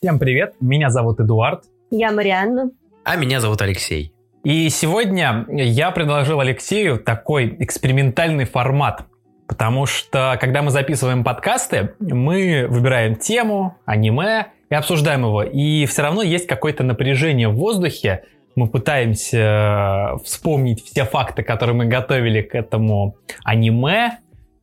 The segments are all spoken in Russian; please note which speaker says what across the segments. Speaker 1: Всем привет, меня зовут Эдуард.
Speaker 2: Я Марианна.
Speaker 3: А меня зовут Алексей.
Speaker 1: И сегодня я предложил Алексею такой экспериментальный формат, потому что когда мы записываем подкасты, мы выбираем тему, аниме и обсуждаем его. И все равно есть какое-то напряжение в воздухе. Мы пытаемся э, вспомнить все факты, которые мы готовили к этому аниме.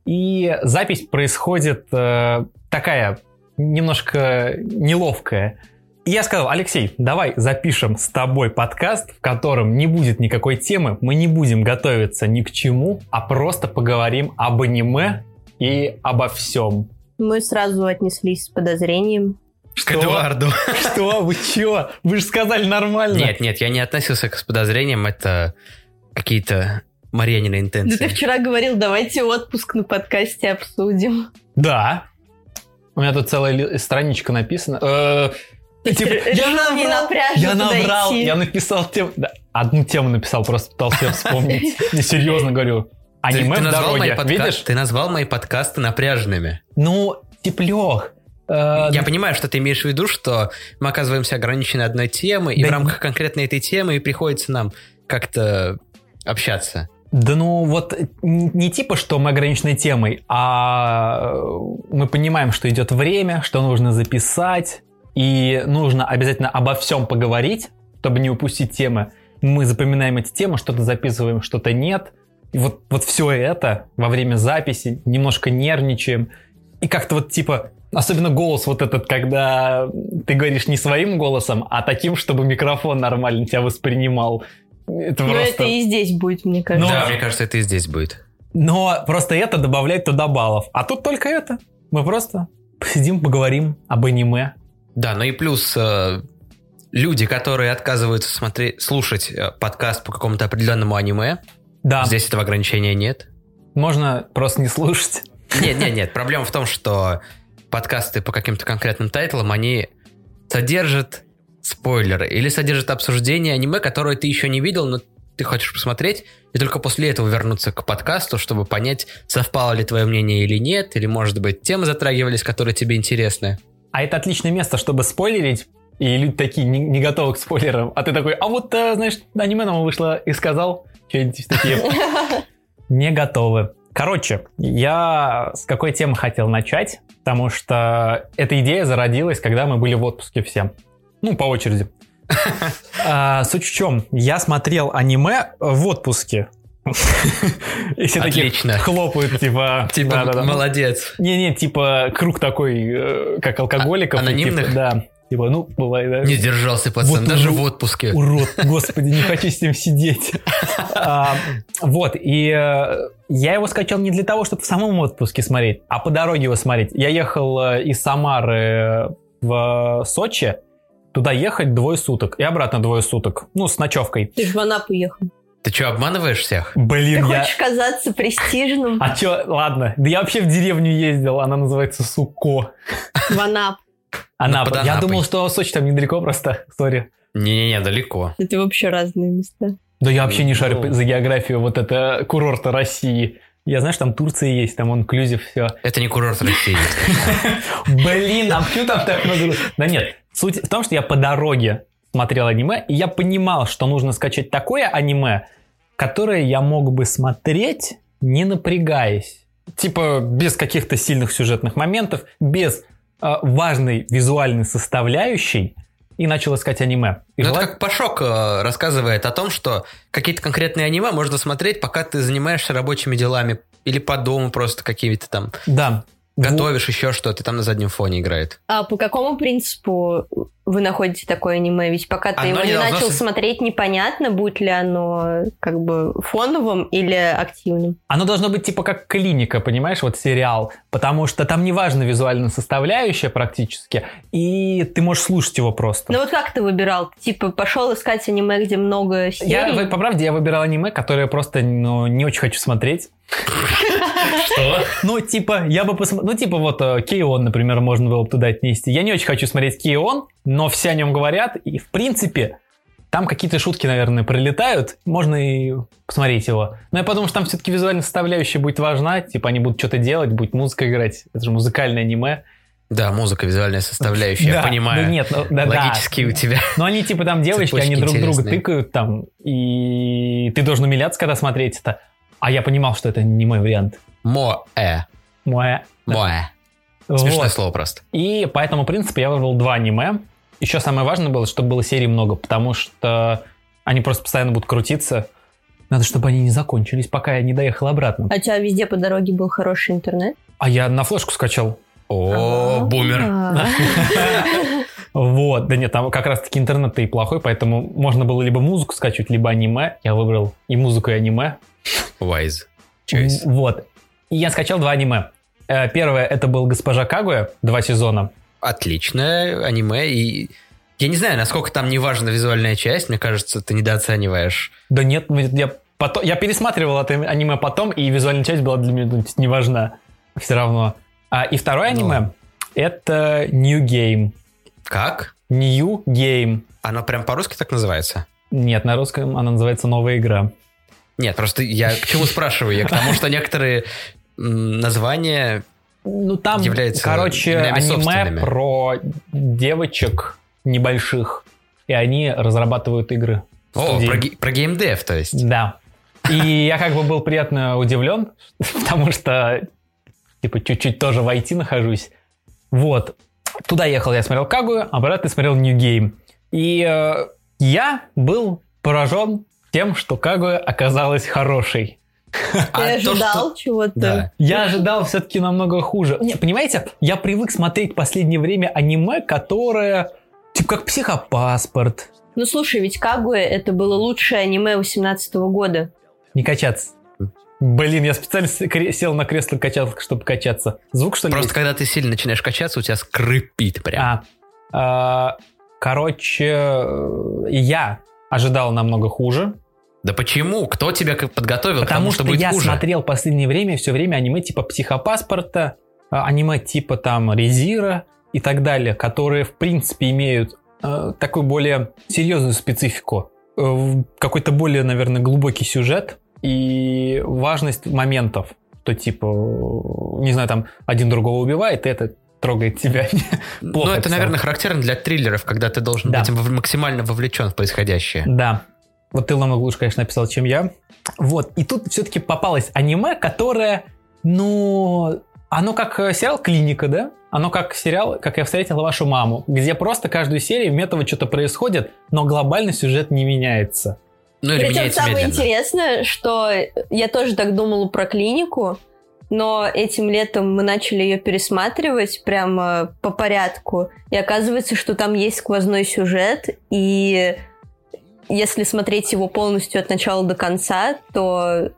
Speaker 1: И запись происходит э, такая немножко неловкая. И я сказал, Алексей, давай запишем с тобой подкаст, в котором не будет никакой темы, мы не будем готовиться ни к чему, а просто поговорим об аниме и обо всем.
Speaker 2: Мы сразу отнеслись с подозрением.
Speaker 3: К Эдуарду.
Speaker 1: Что? Вы чего? Вы же сказали нормально.
Speaker 3: Нет, нет, я не относился к с подозрением, это какие-то
Speaker 2: Да
Speaker 3: Марьянины интенции.
Speaker 2: Ну, ты вчера говорил, давайте отпуск на подкасте обсудим.
Speaker 1: Да. У меня тут целая ли- страничка написана. Э,
Speaker 2: Ты
Speaker 1: типа,
Speaker 2: р-
Speaker 1: я
Speaker 2: решил не
Speaker 1: набрал,
Speaker 2: напряжно
Speaker 1: я набрал,
Speaker 2: подойти.
Speaker 1: я написал тему. Да, одну тему написал, просто пытался её вспомнить. Не серьезно говорю.
Speaker 3: Ты-
Speaker 1: Аниме
Speaker 3: ты
Speaker 1: в
Speaker 3: назвал мои
Speaker 1: дороге,
Speaker 3: подка-
Speaker 1: видишь?
Speaker 3: Ты назвал мои подкасты напряжными.
Speaker 1: Ну, теплех. Э,
Speaker 3: Я понимаю, что ты имеешь в виду, что мы оказываемся ограничены одной темой, и
Speaker 1: Да
Speaker 3: в
Speaker 1: не-
Speaker 3: рамках конкретной этой темы и приходится нам как-то общаться.
Speaker 1: Да ну вот н- не типа, что мы ограничены темой, а э, мы понимаем, что идет время, что нужно записать, и нужно обязательно обо всем поговорить, чтобы не упустить темы. Мы запоминаем эти темы, что-то записываем, что-то нет. И вот, вот все это во время записи немножко нервничаем. И как-то вот типа, особенно голос вот этот, когда ты говоришь не своим голосом, а таким, чтобы микрофон нормально тебя воспринимал. Это
Speaker 2: Но
Speaker 1: просто...
Speaker 2: Ну, это и здесь будет, мне
Speaker 1: Ну,
Speaker 2: кажется.
Speaker 3: да, мне кажется, это и здесь будет.
Speaker 1: Но просто это добавляет туда баллов. А тут только это. Мы просто посидим, поговорим об аниме.
Speaker 3: Да, ну и плюс э, люди, которые отказываются смотреть, слушать э, подкаст по какому-то определенному аниме,
Speaker 1: Да,
Speaker 3: здесь этого ограничения нет.
Speaker 1: можно просто не слушать.
Speaker 3: Нет, нет, нет. Проблема в том, что подкасты по каким-то конкретным тайтлам, они содержат спойлеры или содержат обсуждение аниме, которое ты еще не видел, но ты хочешь посмотреть, и только после этого вернуться к подкасту, чтобы понять, совпало ли твое мнение или нет, или, может быть, темы затрагивались, которые тебе интересны.
Speaker 1: А это отличное место, чтобы спойлерить. И люди такие не, не готовы к спойлерам. А ты такой, а вот, э, знаешь, аниме нам вышло и сказал что-нибудь такие. не готовы. Короче, я с какой темы хотел начать, потому что эта идея зародилась, когда мы были в отпуске все. Ну, по очереди. А, Суть в чем? Я смотрел аниме в отпуске. И все такие
Speaker 3: Отлично.
Speaker 1: хлопают, типа...
Speaker 3: Типа,
Speaker 1: да-да-да.
Speaker 3: молодец.
Speaker 1: Не-не, типа круг такой, э, как алкоголиков.
Speaker 3: А- анонимных?
Speaker 1: типа, Да. Типа, ну, бывает, да.
Speaker 3: Не держался, пацан,
Speaker 1: Вот
Speaker 3: даже
Speaker 1: уже-
Speaker 3: в отпуске.
Speaker 1: Урод, господи, не хочу с ним сидеть. А, Вот, и э, я его скачал не для того, чтобы в самом отпуске смотреть, а по дороге его смотреть. Я ехал э, из Самары э, в э, Сочи, туда ехать двое суток и обратно двое суток, ну, с ночевкой.
Speaker 2: Ты же в Анапу ехал.
Speaker 3: Ты что, обманываешь всех?
Speaker 2: Ты
Speaker 1: Блин, я...
Speaker 2: хочешь казаться престижным
Speaker 1: А чё, ладно, да я вообще в деревню ездил, она называется Суко.
Speaker 2: в Анапу.
Speaker 1: Анапа.
Speaker 3: под
Speaker 1: Я
Speaker 3: Анапой.
Speaker 1: думал, что Сочи там недалеко просто, сори.
Speaker 3: Не-не-не, далеко.
Speaker 2: Это вообще разные места.
Speaker 1: Да я вообще не шарю
Speaker 3: Ну.
Speaker 1: за географию вот это курорта России. Я знаю, что там Турция есть, там он клюзив, все.
Speaker 3: Это не курорт России.
Speaker 1: Блин, а почему там так много? Да нет, суть в том, что я по дороге смотрел аниме, и я понимал, что нужно скачать такое аниме, которое я мог бы смотреть, не напрягаясь. Типа без каких-то сильных сюжетных моментов, без э, важной визуальной составляющей, и начал искать аниме. И
Speaker 3: Ну, это
Speaker 1: желательно-
Speaker 3: как Пашок э, рассказывает о том, что какие-то конкретные аниме можно смотреть, пока ты занимаешься рабочими делами или по дому просто какие-то там
Speaker 1: Да. Вот.
Speaker 3: готовишь еще что-то, и там на заднем фоне играет.
Speaker 2: А по какому принципу вы находите такое аниме? Ведь пока ты
Speaker 3: Оно
Speaker 2: его
Speaker 3: не
Speaker 2: не
Speaker 3: должно
Speaker 2: начал
Speaker 3: со-
Speaker 2: смотреть, непонятно, будет ли оно как бы фоновым или активным.
Speaker 1: Оно должно быть типа как клиника, понимаешь, вот сериал, потому что там не важно визуальная составляющая практически, и ты можешь слушать его просто.
Speaker 2: Ну вот как ты выбирал? Ты, Типа пошел искать аниме, где много серий?
Speaker 1: Я, вы- по правде, я выбирал аниме, которое просто, ну, не очень хочу смотреть.
Speaker 3: Что?
Speaker 1: Ну, типа, я бы посмотрел... Ну, типа, вот э, Кейон, например, можно было бы туда отнести. Я не очень хочу смотреть Кейон, но все о нем говорят, и, в принципе, там какие-то шутки, наверное, пролетают. Можно и посмотреть его. Но я подумал, что там все-таки визуальная составляющая будет важна. Типа, они будут что-то делать, будет музыка играть. Это же музыкальное аниме.
Speaker 3: Да, музыка, визуальная составляющая, я
Speaker 1: Да,
Speaker 3: понимаю.
Speaker 1: да нет, ну, да, да.
Speaker 3: Логически у тебя.
Speaker 1: Но они типа там девочки,
Speaker 3: Цепочки
Speaker 1: они друг друга
Speaker 3: интересные.
Speaker 1: тыкают там, и ты должен умиляться, когда смотреть это. А я понимал, что это не мой вариант.
Speaker 3: Моэ.
Speaker 1: Моя.
Speaker 3: Моэ. Смешное
Speaker 1: Вот.
Speaker 3: слово просто.
Speaker 1: И по этому принципу я выбрал два аниме. Еще самое важное было, чтобы было серий много, потому что они просто постоянно будут крутиться. Надо, чтобы они не закончились, пока я не доехал обратно.
Speaker 2: А у тебя везде по дороге был хороший интернет?
Speaker 1: А я на флешку скачал.
Speaker 3: О,
Speaker 2: А.
Speaker 3: бумер.
Speaker 1: Вот, да нет, там как раз-таки интернет-то и плохой, поэтому можно было либо музыку скачивать, либо аниме. Я выбрал и музыку, и аниме.
Speaker 3: Wise. Choice.
Speaker 1: М, Вот. И я скачал два аниме. Э, Первое это был «Госпожа Кагуя», два сезона.
Speaker 3: Отличное аниме. И я не знаю, насколько там не важна визуальная часть. Мне кажется, ты недооцениваешь.
Speaker 1: Да нет, ну, я, потом, я пересматривал это аниме потом, и визуальная часть была для меня ну, не важна все равно. А, и второе
Speaker 3: Ну
Speaker 1: аниме
Speaker 3: ладно.
Speaker 1: это New Game.
Speaker 3: Как?
Speaker 1: New Game.
Speaker 3: Оно прям по-русски так называется?
Speaker 1: Нет, на русском она называется «Новая игра».
Speaker 3: Нет, просто я к чему спрашиваю? Я к тому, что некоторые м, названия...
Speaker 1: Ну там,
Speaker 3: Является
Speaker 1: короче,
Speaker 3: именами
Speaker 1: аниме
Speaker 3: собственными.
Speaker 1: про девочек небольших, и они разрабатывают игры. в
Speaker 3: О,
Speaker 1: студии.
Speaker 3: про, ге- про геймдев, то есть.
Speaker 1: Да. И я как бы был приятно удивлен, потому что, типа, чуть-чуть тоже в IT нахожусь. Вот. Туда ехал, я смотрел Кагую, обратно смотрел New Game. И э, я был поражен тем, что Кагуя оказалась хорошей.
Speaker 2: Ты
Speaker 3: А то,
Speaker 2: ожидал
Speaker 3: что- Да.
Speaker 2: чего-то?
Speaker 1: Я ожидал все-таки намного хуже. Не, понимаете, я привык смотреть в последнее время аниме, которое, типа, как психопаспорт,
Speaker 2: Ну слушай, ведь Кагуя это было лучшее аниме 18 года.
Speaker 1: не качаться. Блин, я специально с- кре- сел на кресло качалка, чтобы качаться. Звук, что ли,
Speaker 3: Просто когда ты сильно начинаешь качаться, у тебя скрипит прям.
Speaker 1: А, а, короче, э, я ожидал намного хуже,
Speaker 3: Да почему? Кто тебя к- подготовил к
Speaker 1: потому
Speaker 3: тому,
Speaker 1: что,
Speaker 3: что, будет
Speaker 1: я
Speaker 3: хуже?
Speaker 1: смотрел в последнее время все время аниме типа психопаспорта, э, аниме типа там Резира и так далее, которые в принципе имеют э, такую более серьезную специфику, э, в- какой-то более, наверное, глубокий сюжет и важность моментов, что типа, э, не знаю, там один другого убивает, и это трогает тебя.
Speaker 3: Ну,
Speaker 1: Плохо
Speaker 3: это,
Speaker 1: описал.
Speaker 3: наверное, характерно для триллеров, когда ты должен
Speaker 1: Да.
Speaker 3: быть вов- максимально вовлечен в происходящее.
Speaker 1: Да. Вот ты намного лучше, конечно, написал, чем я. Вот. И тут все-таки попалось аниме, которое, ну, оно как э, сериал «Клиника», да? Оно как сериал «Как я встретила вашу маму», где просто каждую серию метово что-то происходит, но глобально сюжет не меняется.
Speaker 3: Ну, или
Speaker 2: Причем
Speaker 3: меняется
Speaker 2: самое
Speaker 3: медленно.
Speaker 2: интересное, что я тоже так думала про клинику, но этим летом мы начали ее пересматривать прямо по порядку. И оказывается, что там есть сквозной сюжет, и если смотреть его полностью от начала до конца, то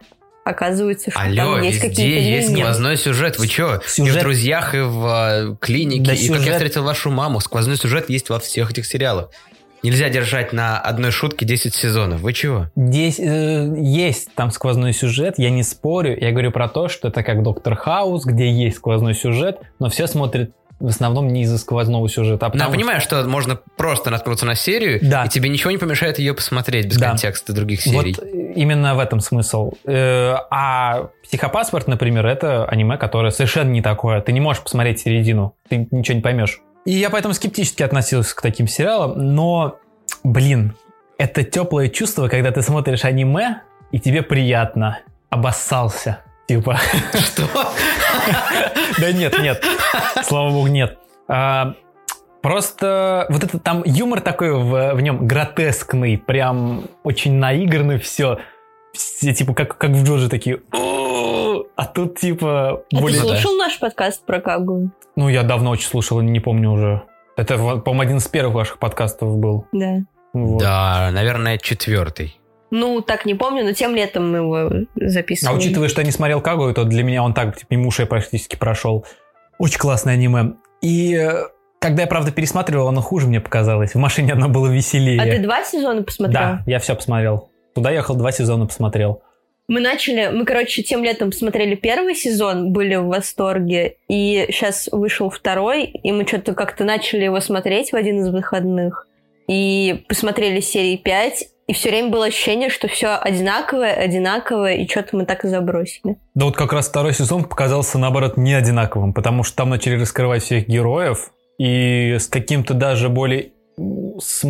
Speaker 2: оказывается, что
Speaker 3: Алло,
Speaker 2: там есть какие-то
Speaker 3: везде есть
Speaker 2: линии.
Speaker 3: сквозной сюжет. Вы чё? И в
Speaker 1: Сюжет-
Speaker 3: «Друзьях», и в э, «Клинике»,
Speaker 1: Да
Speaker 3: и «Как
Speaker 1: сюжет-
Speaker 3: я встретил вашу маму». Сквозной сюжет есть во всех этих сериалах. Нельзя держать на одной шутке 10 сезонов. Вы чего?
Speaker 1: Здесь э, есть там сквозной сюжет, я не спорю. Я говорю про то, что это как «Доктор Хаус», где есть сквозной сюжет, но все смотрят в основном не из-за сквозного сюжета, а
Speaker 3: Ну, я
Speaker 1: потому что-
Speaker 3: понимаю, что можно просто наткнуться на серию,
Speaker 1: Да.
Speaker 3: и тебе ничего не помешает ее посмотреть без
Speaker 1: Да.
Speaker 3: контекста других серий.
Speaker 1: Вот именно в этом смысл. Э, А психопаспорт, например, это аниме, которое совершенно не такое. Ты не можешь посмотреть середину, ты ничего не поймешь. И я поэтому скептически относился к таким сериалам, но, блин, это теплое чувство, когда ты смотришь аниме, и тебе приятно. Обоссался. Типа.
Speaker 3: Что?
Speaker 1: Да нет, нет. Слава богу, нет. А, Просто вот это там юмор такой в, в нем гротескный, прям очень наигранный все. Все типа как, как в Джорджи такие, «О-о-о», а тут типа
Speaker 2: А ты
Speaker 1: более...
Speaker 2: слушал наш подкаст про Кагу?
Speaker 1: Ну я давно очень слушал, не помню уже. Это, вот, по-моему, один из первых ваших подкастов был.
Speaker 2: Да.
Speaker 1: Вот.
Speaker 3: Да, наверное, четвертый.
Speaker 2: Ну, так не помню, но тем летом мы его
Speaker 1: А
Speaker 2: записывали.
Speaker 1: учитывая, что я не смотрел Кагую, то для меня он так, типа, мимо ушей практически прошел. Очень классное аниме. И э, когда я, правда, пересматривал, оно хуже мне показалось. В машине оно было веселее.
Speaker 2: А ты два сезона посмотрел?
Speaker 1: Да, я все посмотрел. Туда ехал, два сезона посмотрел.
Speaker 2: Мы начали, мы, короче, тем летом смотрели первый сезон, были в восторге, и сейчас вышел второй, и мы что-то как-то начали его смотреть в один из выходных, и посмотрели серии 5, И все время было ощущение, что все одинаковое, одинаковое, и что-то мы так и забросили.
Speaker 1: Да вот как раз второй сезон показался, наоборот, не одинаковым, потому что там начали раскрывать всех героев, и с каким-то даже более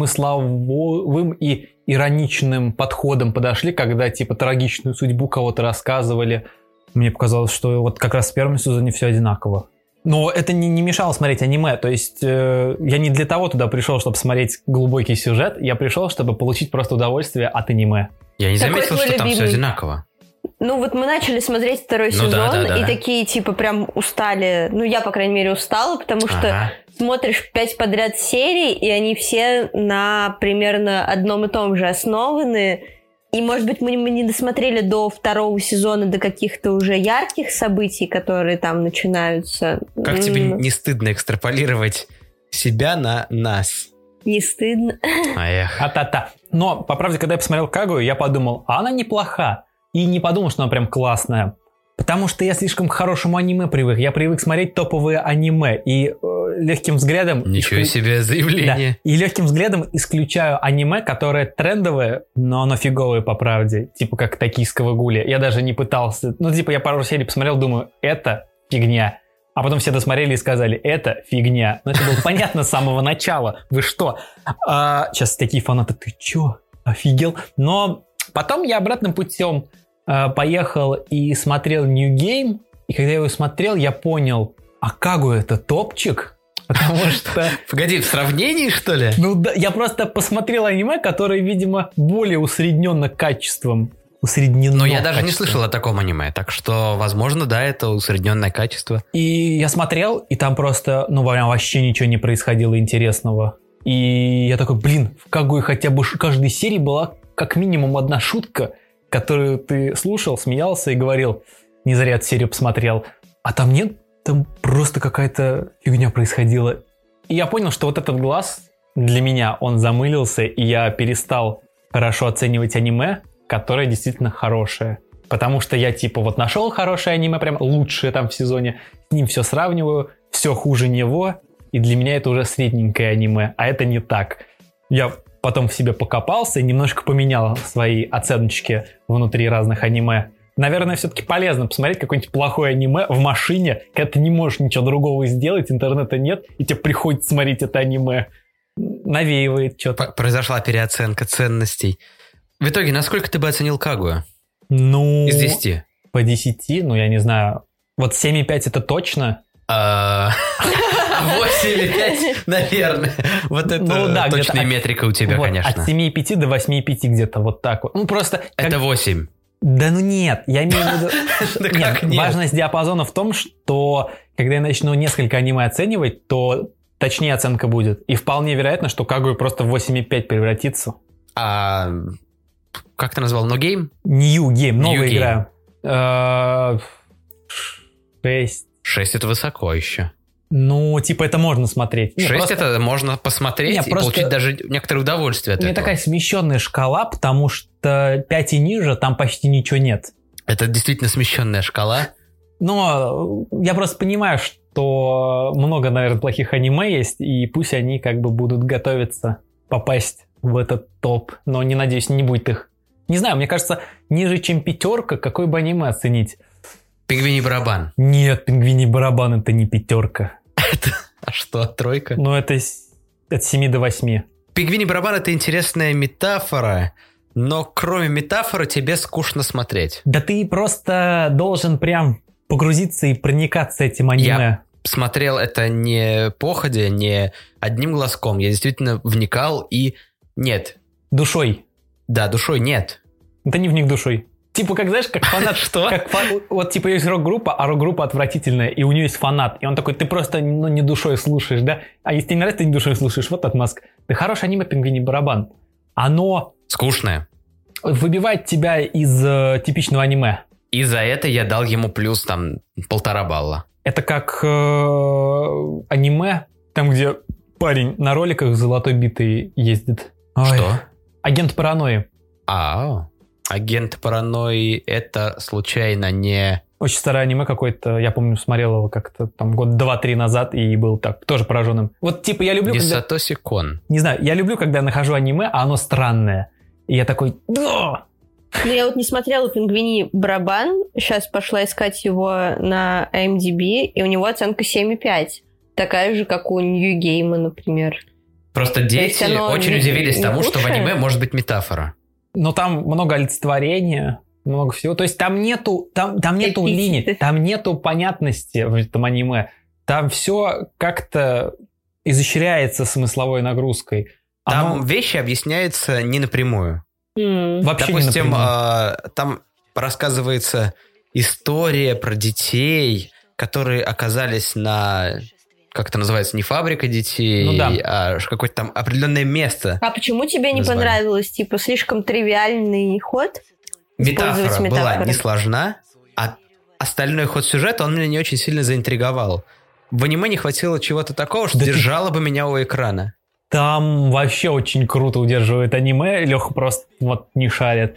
Speaker 1: смысловым и ироничным подходом подошли, когда типа трагичную судьбу кого-то рассказывали. Мне показалось, что вот как раз в первом сезоне все одинаково. Но это не, не мешало смотреть аниме. То есть э, я не для того туда пришел, чтобы смотреть глубокий сюжет. Я пришел, чтобы получить просто удовольствие от аниме.
Speaker 3: Я не
Speaker 2: Такой
Speaker 3: заметил,
Speaker 2: твой
Speaker 3: что там все
Speaker 2: любимый.
Speaker 3: одинаково.
Speaker 2: Ну вот мы начали смотреть второй
Speaker 3: Ну да,
Speaker 2: сезон,
Speaker 3: да, да.
Speaker 2: и такие типа прям устали. Ну я, по крайней мере, устала, потому что
Speaker 3: Ага.
Speaker 2: смотришь пять подряд серий, и они все на примерно одном и том же основаны. И, может быть, мы, мы не досмотрели до второго сезона, до каких-то уже ярких событий, которые там начинаются.
Speaker 3: Как тебе
Speaker 2: М,
Speaker 3: не стыдно экстраполировать себя на нас?
Speaker 2: Не стыдно.
Speaker 3: А эх.
Speaker 1: А-та-та. Но, по правде, когда я посмотрел Кагу, я подумал, а она неплоха. И не подумал, что она прям классная. Потому что я слишком к хорошему аниме привык. Я привык смотреть топовые аниме. И э, легким взглядом...
Speaker 3: Ничего себе заявление.
Speaker 1: Да. И легким взглядом исключаю аниме, которое трендовое, но оно фиговое по правде. Типа как «Токийского гуля». Я даже не пытался. Ну, типа я пару серий посмотрел, думаю, это фигня. А потом все досмотрели и сказали, это фигня. Ну, это было понятно с самого начала. Вы что? А, сейчас такие фанаты, ты чё? Офигел. Но потом я обратным путем э, поехал и смотрел New Game. И когда я его смотрел, я понял, а Кагу это топчик? Потому что...
Speaker 3: Погоди, в сравнении, что ли?
Speaker 1: Ну да, я просто посмотрел аниме, которое, видимо, более усредненно качеством. Усреднено.
Speaker 3: Но Ну, я даже не
Speaker 1: качеством.
Speaker 3: слышал о таком аниме, так что, возможно, да, это усредненное качество.
Speaker 1: И я смотрел, и там просто, ну, прям вообще ничего не происходило интересного. И я такой, блин, в какой хотя бы ш- каждой серии была как минимум одна шутка, которую ты слушал, смеялся и говорил, не зря эту серию посмотрел. А там нет, там просто какая-то фигня происходила. И я понял, что вот этот глаз для меня, он замылился, и я перестал хорошо оценивать аниме, которое действительно хорошее. Потому что я типа вот нашел хорошее аниме, прям лучшее там в сезоне, с ним все сравниваю, все хуже него, и для меня это уже средненькое аниме, а это не так. Я потом в себе покопался и немножко поменял свои оценочки внутри разных аниме. Наверное, все-таки полезно посмотреть какое-нибудь плохое аниме в машине, когда ты не можешь ничего другого сделать, интернета нет, и тебе приходится смотреть это аниме. Навеивает что-то.
Speaker 3: П- Произошла переоценка ценностей. В итоге, насколько ты бы оценил Кагуя?
Speaker 1: Ну,
Speaker 3: Из 10?
Speaker 1: по 10, ну я не знаю. Вот 7,5 это точно,
Speaker 3: А, 8 или 5, наверное. Вот
Speaker 1: Ну да, где-то
Speaker 3: это точная
Speaker 1: от-
Speaker 3: метрика у тебя,
Speaker 1: Вот,
Speaker 3: конечно.
Speaker 1: От 7,5 до 8,5 где-то вот так вот. Ну просто... как-
Speaker 3: Это 8.
Speaker 1: Да ну нет, я имею в виду...
Speaker 3: Да
Speaker 1: Нет,
Speaker 3: как нет?
Speaker 1: Важность диапазона в том, что когда я начну несколько аниме оценивать, то точнее оценка будет. И вполне вероятно, что Кагуя просто в 8,5 превратится.
Speaker 3: А, как ты назвал? Ну, No Game?
Speaker 1: New Game, новая
Speaker 3: New
Speaker 1: игра. Э, Шесть.
Speaker 3: 6 это высоко еще.
Speaker 1: Ну, типа, это можно смотреть. Не,
Speaker 3: 6
Speaker 1: просто-
Speaker 3: это можно посмотреть
Speaker 1: Не,
Speaker 3: и
Speaker 1: просто-
Speaker 3: получить даже некоторое удовольствие от
Speaker 1: У меня
Speaker 3: этого.
Speaker 1: такая смещенная шкала, потому что 5 и ниже там почти ничего нет.
Speaker 3: Это действительно смещенная шкала.
Speaker 1: Но э, я просто понимаю, что много, наверное, плохих аниме есть, и пусть они как бы будут готовиться попасть в этот топ, но не надеюсь, не будет их. Не знаю, мне кажется, ниже, чем пятерка, какой бы аниме оценить?
Speaker 3: Пингвини барабан.
Speaker 1: Нет, пингвини барабан это не пятерка.
Speaker 3: А что, тройка?
Speaker 1: Но это с- от 7 до 8.
Speaker 3: Пингвини барабан это интересная метафора, но кроме метафоры тебе скучно смотреть.
Speaker 1: Да ты просто должен прям погрузиться и проникаться этим аниме.
Speaker 3: Смотрел это не походя, не одним глазком. Я действительно вникал и нет.
Speaker 1: Душой.
Speaker 3: Да, душой нет.
Speaker 1: Да не вник душой. Типа, как знаешь, как фанат
Speaker 3: Что?
Speaker 1: Как фа- вот типа есть рок-группа, а рок-группа отвратительная, и у нее есть фанат, и он такой, ты просто ну, не душой слушаешь, да? А если тебе не нравится, ты не душой слушаешь, вот отмазка. Ты хороший аниме «Пингвини барабан». Оно
Speaker 3: Скучное.
Speaker 1: выбивает тебя из э, типичного аниме.
Speaker 3: И за это я дал ему плюс там полтора балла.
Speaker 1: Это как э, аниме, там, где парень на роликах с золотой битой ездит. Ой.
Speaker 3: Что?
Speaker 1: Агент паранойи.
Speaker 3: А, агент паранойи это случайно не...
Speaker 1: Очень старое аниме какое-то, я помню, смотрел его как-то там год два-три назад и был так, тоже пораженным. Вот типа я люблю,
Speaker 3: не
Speaker 1: когда-
Speaker 3: Сатоси Кон.
Speaker 1: Не знаю, я люблю, когда я нахожу аниме, а оно странное. И я такой, да!
Speaker 2: Ну, я вот не смотрела «Пингвини барабан», сейчас пошла искать его на IMDb, и у него оценка 7,5. Такая же, как у Нью Гейма, например.
Speaker 3: Просто
Speaker 2: есть
Speaker 3: дети
Speaker 2: оно
Speaker 3: очень
Speaker 2: не-
Speaker 3: удивились
Speaker 2: не
Speaker 3: тому, что в
Speaker 2: худшее?
Speaker 3: аниме может быть метафора.
Speaker 1: Но там много олицетворения, много всего. То есть там нету, там, там нету
Speaker 2: Эпитеты.
Speaker 1: линий, там нету понятности в этом аниме. Там все как-то изощряется смысловой нагрузкой.
Speaker 3: Там
Speaker 1: Оно
Speaker 3: вещи объясняются не напрямую.
Speaker 2: М.
Speaker 1: вообще не
Speaker 3: Допустим,
Speaker 1: напрямую.
Speaker 3: а, там рассказывается история про детей, которые оказались на, как это называется, не фабрика детей,
Speaker 1: Ну да.
Speaker 3: а ж какое-то там определенное место.
Speaker 2: А почему тебе не
Speaker 3: Название.
Speaker 2: понравилось? Типа, слишком тривиальный ход?
Speaker 3: Метафора
Speaker 2: Использовать
Speaker 3: была
Speaker 2: метафоры.
Speaker 3: не сложна, а остальной ход сюжета он меня не очень сильно заинтриговал. В аниме не хватило чего-то такого, что
Speaker 1: Да ты-
Speaker 3: держало бы меня у экрана.
Speaker 1: Там вообще очень круто удерживает аниме. Леха просто вот не шарит.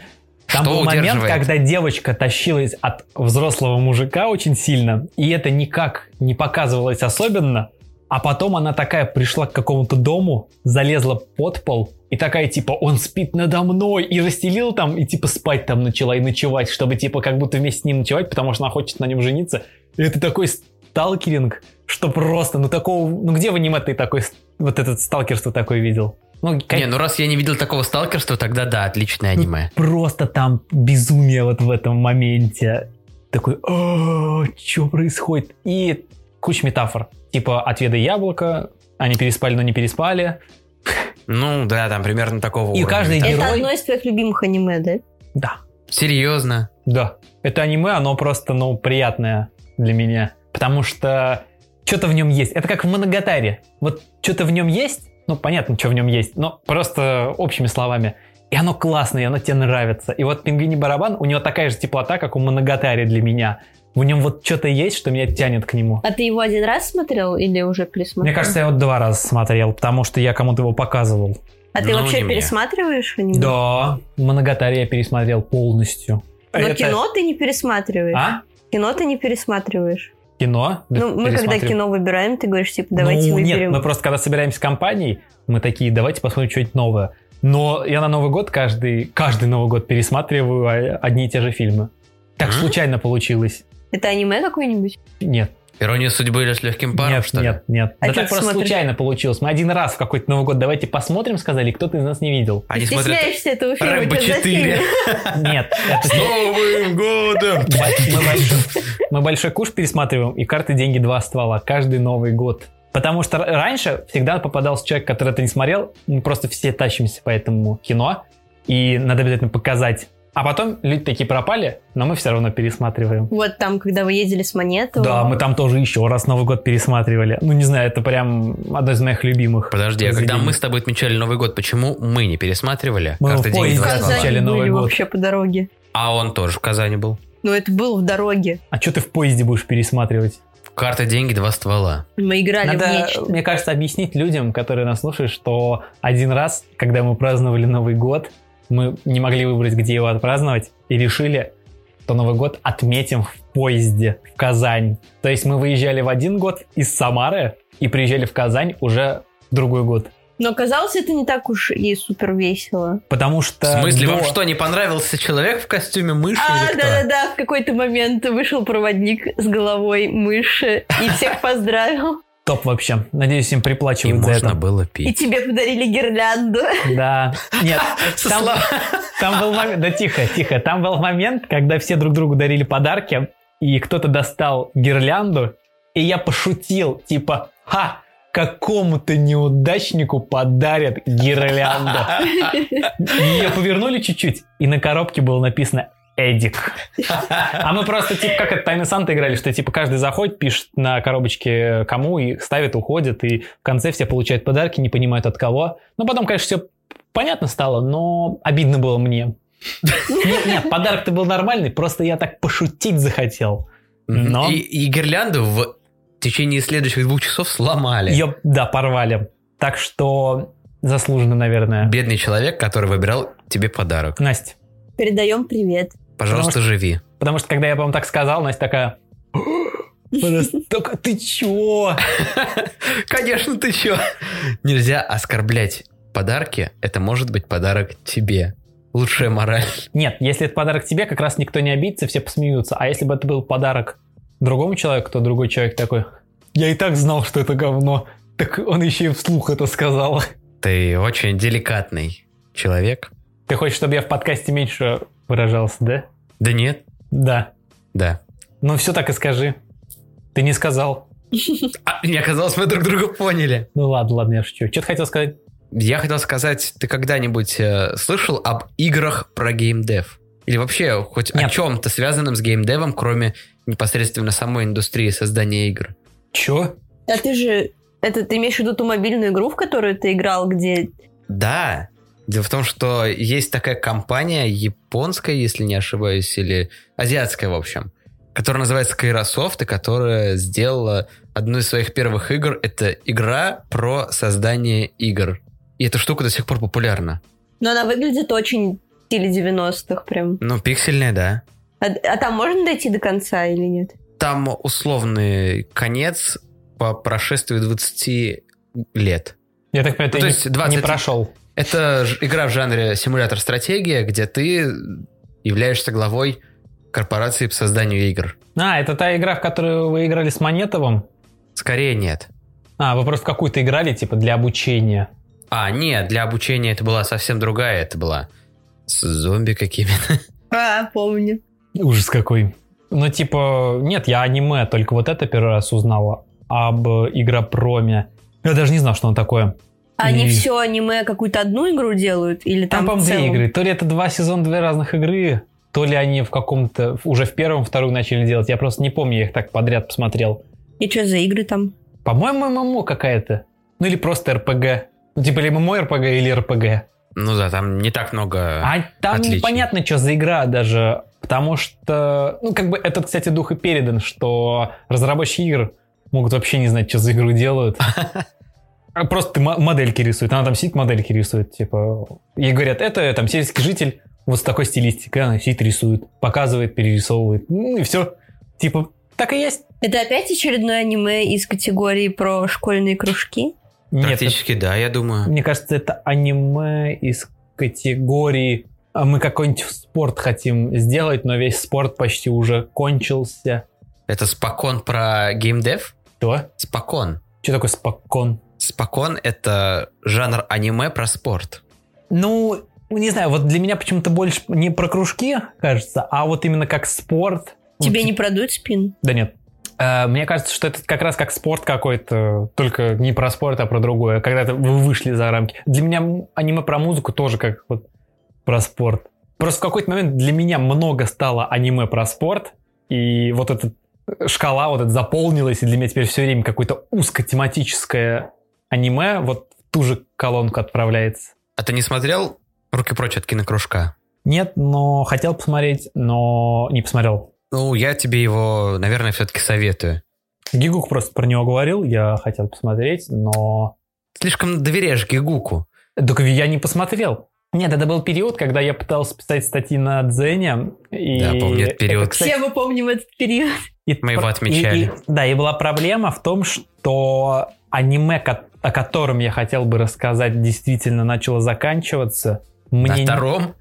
Speaker 1: Там
Speaker 3: что
Speaker 1: был момент,
Speaker 3: удерживает?
Speaker 1: когда девочка тащилась от взрослого мужика очень сильно, и это никак не показывалось особенно. А потом она такая пришла к какому-то дому, залезла под пол, и такая типа, он спит надо мной, и расстелил там, и типа спать там начала и ночевать, чтобы типа как будто вместе с ним ночевать, потому что она хочет на нем жениться. И это такой сталкеринг, что просто, ну такого, ну где в аниме ты такой, ст- вот этот сталкерство такое видел? Ну, кон-
Speaker 3: Не, ну раз я не видел такого сталкерства, тогда да, отличное аниме.
Speaker 1: просто там безумие вот в этом моменте. Такой, что происходит? И куча метафор. Типа, отведа яблоко, они переспали, но не переспали.
Speaker 3: Ну да, там примерно такого
Speaker 1: И
Speaker 3: уровня.
Speaker 1: каждый
Speaker 3: Там-
Speaker 1: день-
Speaker 2: Это
Speaker 1: Герой?
Speaker 2: одно из твоих любимых аниме, да?
Speaker 1: Да,
Speaker 3: Серьезно.
Speaker 1: да. Это аниме, оно просто, ну, приятное для меня. Потому что что-то в нем есть. Это как в Моногатаре. Вот что-то в нем есть, ну, понятно, что в нем есть, но просто общими словами. И оно классное, и оно тебе нравится. И вот пингвини-барабан, у него такая же теплота, как у Моногатари для меня. В нем вот что-то есть, что меня тянет к нему.
Speaker 2: А ты его один раз смотрел или уже пересмотрел?
Speaker 1: Мне кажется, я вот два раза смотрел, потому что я кому-то его показывал.
Speaker 2: А ты
Speaker 3: Ну,
Speaker 2: вообще
Speaker 3: не мне.
Speaker 2: пересматриваешь аниме?
Speaker 1: Да. Моногатари я пересмотрел полностью.
Speaker 2: Но
Speaker 1: Это-
Speaker 2: кино ты не пересматриваешь.
Speaker 1: А?
Speaker 2: Кино ты не пересматриваешь.
Speaker 1: Кино? Да
Speaker 2: ну, мы когда
Speaker 1: пересмотрю.
Speaker 2: кино выбираем, ты говоришь, типа, давайте
Speaker 1: ну,
Speaker 2: выберем.
Speaker 1: Нет, мы просто когда собираемся в компании, мы такие, давайте посмотрим что-нибудь новое. Но я на Новый год каждый, каждый Новый год пересматриваю а, одни и те же фильмы. Так
Speaker 3: М?
Speaker 1: случайно получилось.
Speaker 2: Это аниме какое-нибудь?
Speaker 1: Нет,
Speaker 3: Ирония судьбы или с легким паром,
Speaker 1: нет,
Speaker 3: что ли?
Speaker 1: нет, нет.
Speaker 2: А
Speaker 1: да
Speaker 2: чё
Speaker 1: так
Speaker 2: ты
Speaker 1: просто
Speaker 2: смотришь?
Speaker 1: случайно получилось. Мы один раз в какой-то Новый год давайте посмотрим, сказали, и кто-то из нас А не видел.
Speaker 3: Они
Speaker 2: ты
Speaker 3: смотрят
Speaker 2: стесняешься этого фильма?
Speaker 3: Рэмбо
Speaker 2: у тебя за
Speaker 3: 4.
Speaker 2: семь.
Speaker 1: Нет, это
Speaker 3: С Новым годом!
Speaker 1: Бо- мы, большой, мы большой куш пересматриваем, и карты деньги два ствола каждый Новый год. Потому что р- раньше всегда попадался человек, который это не смотрел. Мы просто все тащимся по этому кино, и надо обязательно показать. А потом люди такие пропали, но мы все равно пересматриваем.
Speaker 2: Вот там, когда вы ездили с монету.
Speaker 1: Да, мы там тоже еще раз Новый год пересматривали. Ну, не знаю, это прям одно из моих любимых.
Speaker 3: Подожди, а когда
Speaker 1: произведений.
Speaker 3: мы с тобой отмечали Новый год, почему мы не пересматривали?
Speaker 1: Мы
Speaker 3: Каждый
Speaker 1: в
Speaker 3: день
Speaker 1: поезде
Speaker 3: два
Speaker 2: в
Speaker 1: отмечали.
Speaker 3: ствола.
Speaker 2: Казани
Speaker 1: Новый
Speaker 2: были
Speaker 1: год.
Speaker 2: вообще по дороге.
Speaker 3: А он тоже в Казани был.
Speaker 2: Но это был в дороге.
Speaker 1: А что ты в поезде будешь пересматривать?
Speaker 3: Карта деньги, два ствола.
Speaker 2: Мы играли в
Speaker 1: Надо,
Speaker 2: нечто.
Speaker 1: мне кажется, объяснить людям, которые нас слушают, что один раз, когда мы праздновали Новый год, мы не могли выбрать, где его отпраздновать, и решили, что Новый год отметим в поезде в Казань. То есть мы выезжали в один год из Самары и приезжали в Казань уже в другой год.
Speaker 2: Но оказалось, это не так уж и супер весело.
Speaker 1: Потому что...
Speaker 3: в смысле, вам
Speaker 1: до-
Speaker 3: что, не понравился человек в костюме мыши
Speaker 2: А,
Speaker 3: или кто?
Speaker 2: да-да-да, в какой-то момент вышел проводник с головой мыши и всех поздравил.
Speaker 1: Топ вообще. Надеюсь, им
Speaker 3: И
Speaker 1: приплачивают за
Speaker 3: можно
Speaker 1: это.
Speaker 3: было
Speaker 2: И
Speaker 3: пить.
Speaker 2: тебе подарили гирлянду.
Speaker 1: Да. Нет, там- Там был момент, да тихо, тихо, там был момент, когда все друг другу дарили подарки, и кто-то достал гирлянду, и я пошутил, типа, ха, какому-то неудачнику подарят гирлянду. Ее повернули чуть-чуть, и на коробке было написано Эдик. А мы просто, типа, как это Тайны Санта играли, что, типа, каждый заходит, пишет на коробочке кому, и ставит, уходит, и в конце все получают подарки, не понимают от кого. Ну, потом, конечно, все понятно стало, но обидно было мне. Нет, нет, подарок-то был нормальный, просто я так пошутить захотел. Но-
Speaker 3: И, и гирлянду в течение следующих двух часов сломали.
Speaker 1: Ее, да, порвали. Так что заслуженно, наверное.
Speaker 3: Бедный человек, который выбирал тебе подарок.
Speaker 1: Настя.
Speaker 2: Передаем привет.
Speaker 3: Пожалуйста, живи.
Speaker 1: Потому что, когда я, по-моему, так сказал, Настя такая... Только ты чё?
Speaker 3: Конечно, ты чё? Нельзя оскорблять подарки. Это может быть подарок тебе. лучшая мораль.
Speaker 1: Нет, если это подарок тебе, как раз никто не обидится, все посмеются. А если бы это был подарок другому человеку, то другой человек такой, я и так знал, что это говно. Так он еще и вслух это сказал.
Speaker 3: Ты очень деликатный человек.
Speaker 1: Ты хочешь, чтобы я в подкасте меньше выражался, да?
Speaker 3: Да нет?
Speaker 1: Да.
Speaker 3: Да.
Speaker 1: Ну все так и скажи. Ты не сказал.
Speaker 3: А, мне казалось, мы друг друга поняли.
Speaker 1: Ну ладно, ладно, я шучу. Что ты хотел сказать?
Speaker 3: Я хотел сказать, ты когда-нибудь э, слышал об играх про геймдев? Или вообще хоть о
Speaker 1: Нет.
Speaker 3: чем-то связанном с геймдевом, кроме непосредственно самой индустрии создания игр?
Speaker 1: Че?
Speaker 2: А ты же... Это ты имеешь в виду ту мобильную игру, в которую ты играл, где...
Speaker 3: Да. Дело в том, что есть такая компания японская, если не ошибаюсь, или азиатская, в общем, которая называется Кайрософт, и которая сделала одну из своих первых игр. Это игра про создание игр. И эта штука до сих пор популярна.
Speaker 2: Но ну, она выглядит очень в стиле 90-х прям.
Speaker 3: Ну, пиксельная, да.
Speaker 2: А, а там можно дойти до конца или нет?
Speaker 3: Там условный конец по прошествии 20 лет.
Speaker 1: Я так понимаю, ты
Speaker 3: Ну, то
Speaker 1: не-
Speaker 3: есть 20
Speaker 1: не прошел.
Speaker 3: Это ж- игра в жанре симулятор-стратегия, где ты являешься главой корпорации по созданию игр.
Speaker 1: А, это та игра, в которую вы играли с Монетовым?
Speaker 3: Скорее нет.
Speaker 1: А, вы просто в какую-то играли, типа, для обучения.
Speaker 3: А, нет, для обучения это была совсем другая, это была с зомби какими-то.
Speaker 2: А, помню.
Speaker 1: Ужас какой. Ну, типа, нет, я аниме, только вот это первый раз узнала об э, игропроме. Я даже не знал, что он такое.
Speaker 2: А
Speaker 1: И-
Speaker 2: они все аниме какую-то одну игру делают? Или
Speaker 1: Там,
Speaker 2: там,
Speaker 1: по-моему,
Speaker 2: в целом?
Speaker 1: две игры. То ли это два сезона, две разных игры, то ли они в каком-то... Уже в первом, вторую начали делать. Я просто не помню, я их так подряд посмотрел.
Speaker 2: И что за игры там?
Speaker 1: По-моему, ММО какая-то. Ну, или просто РПГ. Ну, типа, или ММО РПГ, или РПГ.
Speaker 3: Ну да, там не так много.
Speaker 1: А там
Speaker 3: Отлично.
Speaker 1: непонятно, что за игра даже, потому что, ну, как бы этот, кстати, дух и передан, что разработчики игр могут вообще не знать, что за игру делают. А Просто ты мо- модельки рисует, она там сидит, модельки рисует, типа, ей говорят, это там сельский житель, вот с такой стилистикой, она сидит, рисует, показывает, перерисовывает, ну и все. Типа, так и есть.
Speaker 2: Это опять очередное аниме из категории про школьные кружки?
Speaker 1: Нет, это-
Speaker 3: Практически, да, я думаю.
Speaker 1: Мне кажется, это аниме из категории «А мы какой-нибудь спорт хотим сделать, но весь спорт почти уже кончился.
Speaker 3: Это спокон про геймдев?
Speaker 1: Что?
Speaker 3: Спокон.
Speaker 1: Что такое спокон?
Speaker 3: Спокон это жанр аниме про спорт.
Speaker 1: Ну, не знаю, вот для меня почему-то больше не про кружки, кажется, а вот именно как спорт.
Speaker 2: Тебе
Speaker 1: Ну,
Speaker 2: не
Speaker 1: тип-
Speaker 2: продуть спин?
Speaker 1: Да нет. Э, Мне кажется, что это как раз как спорт какой-то, только не про спорт, а про другое. Когда-то вы вышли за рамки. Для меня м- аниме про музыку тоже как вот про спорт. Просто в какой-то момент для меня много стало аниме про спорт, и вот эта шкала вот эта заполнилась, и для меня теперь все время какое-то узкотематическое аниме вот в ту же колонку отправляется.
Speaker 3: А ты не смотрел «Руки прочь от кинокружка»?
Speaker 1: Нет, но хотел посмотреть, но не посмотрел.
Speaker 3: Ну, я тебе его, наверное, все-таки советую.
Speaker 1: Гигук просто про него говорил, я хотел посмотреть, но
Speaker 3: Слишком доверяешь Гигуку.
Speaker 1: Так я не посмотрел. Нет, это был период, когда я пытался писать статьи на Дзене. И
Speaker 3: Да, помню этот период.
Speaker 1: кстати,
Speaker 2: Все мы помним этот период.
Speaker 1: и
Speaker 3: Мы его
Speaker 1: про-
Speaker 3: отмечали.
Speaker 1: и- и- да, и была проблема в том, что аниме, ко- о котором я хотел бы рассказать, действительно начало заканчиваться.
Speaker 3: На
Speaker 1: Мне не-
Speaker 3: втором?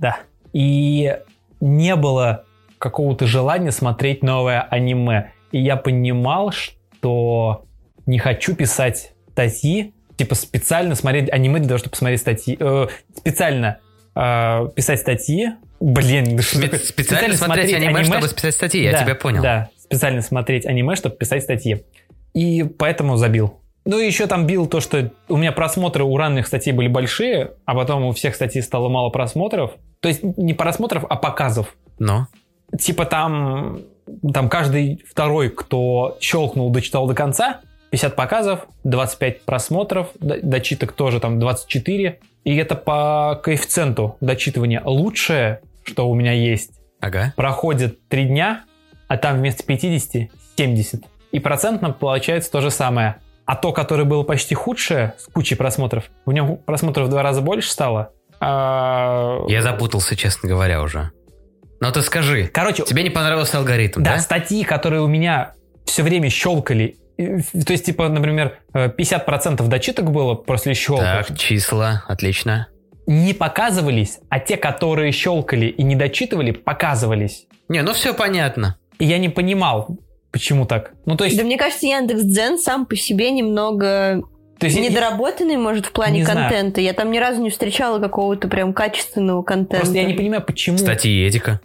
Speaker 1: Да. И не было какого-то желания смотреть новое аниме. И я понимал, что не хочу писать статьи, типа специально смотреть аниме для того, чтобы посмотреть статьи. Э, специально э, писать статьи. Блин, да что
Speaker 3: Спе-
Speaker 1: такое?
Speaker 3: Специально смотреть аниме, чтобы писать статьи, я
Speaker 1: Да,
Speaker 3: тебя понял.
Speaker 1: Да, специально смотреть аниме, чтобы писать статьи. И поэтому забил. Ну и еще там бил то, что у меня просмотры у ранних статей были большие, а потом у всех статей стало мало просмотров. То есть не просмотров, а показов.
Speaker 3: Но
Speaker 1: Типа там, там каждый второй, кто щелкнул, дочитал до конца, 50 показов, 25 просмотров, до- дочиток тоже там 24. И это по коэффициенту дочитывания лучшее, что у меня есть.
Speaker 3: Ага.
Speaker 1: Проходит 3 дня, а там вместо 50 70. И процентно получается то же самое. А то, которое было почти худшее, с кучей просмотров, у него просмотров в два раза больше стало. А,
Speaker 3: Я запутался, честно говоря, уже. Но ты скажи,
Speaker 1: Короче,
Speaker 3: тебе не понравился алгоритм,
Speaker 1: да,
Speaker 3: да?
Speaker 1: статьи, которые у меня все время щелкали. и- То есть, типа, например, э, 50% дочиток было после щелка.
Speaker 3: Так, числа, отлично.
Speaker 1: не показывались, а те, которые щелкали и не дочитывали, показывались.
Speaker 3: Не, ну все понятно.
Speaker 1: И я не понимал, почему так. Ну, то есть...
Speaker 2: Да мне кажется, Яндекс Дзен сам по себе немного
Speaker 1: то есть я-
Speaker 2: недоработанный, может, в плане
Speaker 1: Не знаю.
Speaker 2: контента. Я там ни разу не встречала какого-то прям качественного контента.
Speaker 1: Просто я не понимаю, почему...
Speaker 3: Статьи и этика.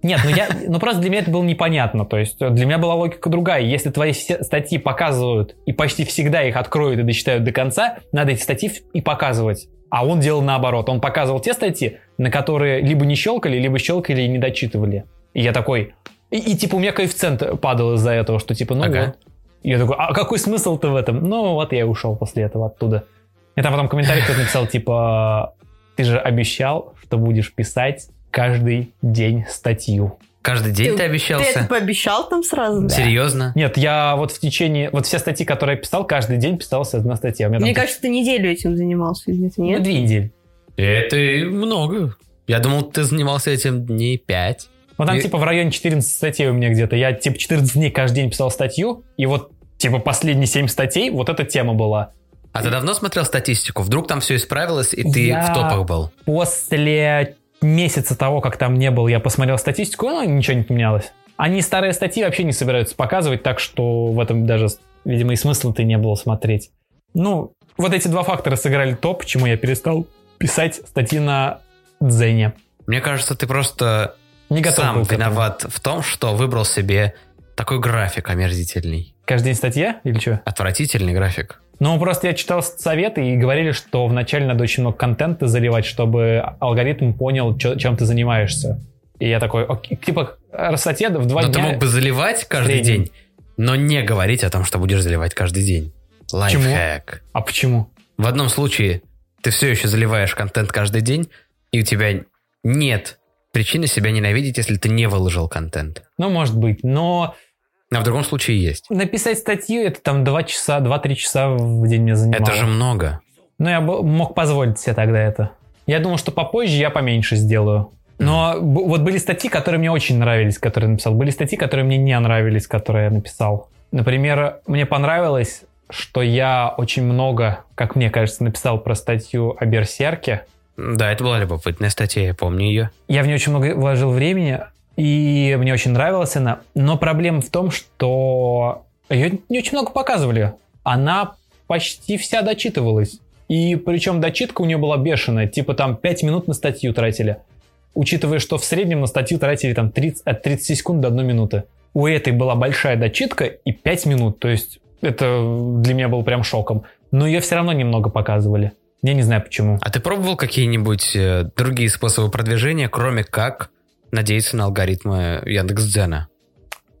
Speaker 1: Нет, ну, я, ну просто для меня это было непонятно. То есть э, для меня была логика другая. Если твои все статьи показывают и почти всегда их откроют и дочитают до конца, надо эти статьи в- и показывать. А он делал наоборот. Он показывал те статьи, на которые либо не щелкали, либо щелкали и не дочитывали. И я такой... И, и, типа у меня коэффициент падал из-за этого, что типа ну
Speaker 3: Ага.
Speaker 1: вот. И я такой, а какой смысл-то в этом? Ну вот я и ушел после этого оттуда. И там потом комментарий кто-то написал, типа, ты же обещал, что будешь писать каждый день статью.
Speaker 3: Каждый день ты,
Speaker 2: Ты- Ты это
Speaker 3: обещался?
Speaker 2: пообещал там сразу?
Speaker 3: Серьезно?
Speaker 1: Нет, я вот в течение... Вот все статьи, которые я писал, каждый день писалась одна статья. У меня там
Speaker 2: Мне
Speaker 1: тут-
Speaker 2: кажется, ты неделю этим занимался, извините,
Speaker 1: ну,
Speaker 2: нет?
Speaker 1: две недели.
Speaker 3: Это много. Я думал, ты занимался этим дней пять.
Speaker 1: Ну, там
Speaker 3: И-
Speaker 1: типа в районе 14 статей у меня где-то. Я типа 14 дней каждый день писал статью, и вот типа последние 7 статей вот эта тема была.
Speaker 3: А ты давно смотрел статистику? Вдруг там все исправилось, и ты
Speaker 1: Я-
Speaker 3: в топах был?
Speaker 1: После месяца того, как там не был, я посмотрел статистику, ну, ничего не поменялось. Они старые статьи вообще не собираются показывать, так что в этом даже, видимо, и смысла-то не было смотреть. Ну, вот эти два фактора сыграли то, почему я перестал писать статьи на Дзене.
Speaker 3: Мне кажется, ты просто
Speaker 1: Не готов
Speaker 3: сам
Speaker 1: был к этому.
Speaker 3: виноват в том, что выбрал себе такой график омерзительный.
Speaker 1: Каждый день статья или что?
Speaker 3: Отвратительный график.
Speaker 1: Ну, просто я читал советы и говорили, что вначале надо очень много контента заливать, чтобы алгоритм понял, чё- чем ты занимаешься. И я такой, «Окей, типа, рассоте в два
Speaker 3: но ты
Speaker 1: дня...
Speaker 3: мог бы заливать каждый
Speaker 1: среднем.
Speaker 3: день, но не говорить о том, что будешь заливать каждый день. Лайфхак.
Speaker 1: А почему?
Speaker 3: В одном случае ты все еще заливаешь контент каждый день, и у тебя нет причины себя ненавидеть, если ты не выложил контент.
Speaker 1: Ну, может быть, но
Speaker 3: А в другом случае есть.
Speaker 1: написать статью, это там два часа, 2-3 часа в день мне занимало.
Speaker 3: Это же много.
Speaker 1: Ну, я бы мог позволить себе тогда это. Я думал, что попозже я поменьше сделаю. Но б- вот были статьи, которые мне очень нравились, которые я написал. Были статьи, которые мне не нравились, которые я написал. Например, мне понравилось, что я очень много, как мне кажется, написал про статью о Берсерке.
Speaker 3: Да, это была любопытная статья, я помню ее.
Speaker 1: Я в нее очень много вложил времени, и мне очень нравилась она. Но проблема в том, что ее не очень много показывали. Она почти вся дочитывалась. И причем дочитка у нее была бешеная, типа там 5 минут на статью тратили. Учитывая, что в среднем на статью тратили там 30, от 30 секунд до 1 минуты. У этой была большая дочитка и 5 минут, то есть это для меня было прям шоком. Но ее все равно немного показывали. Я не знаю почему.
Speaker 3: А ты пробовал какие-нибудь э, другие способы продвижения, кроме как надеяться на алгоритмы Яндекс.Дзена?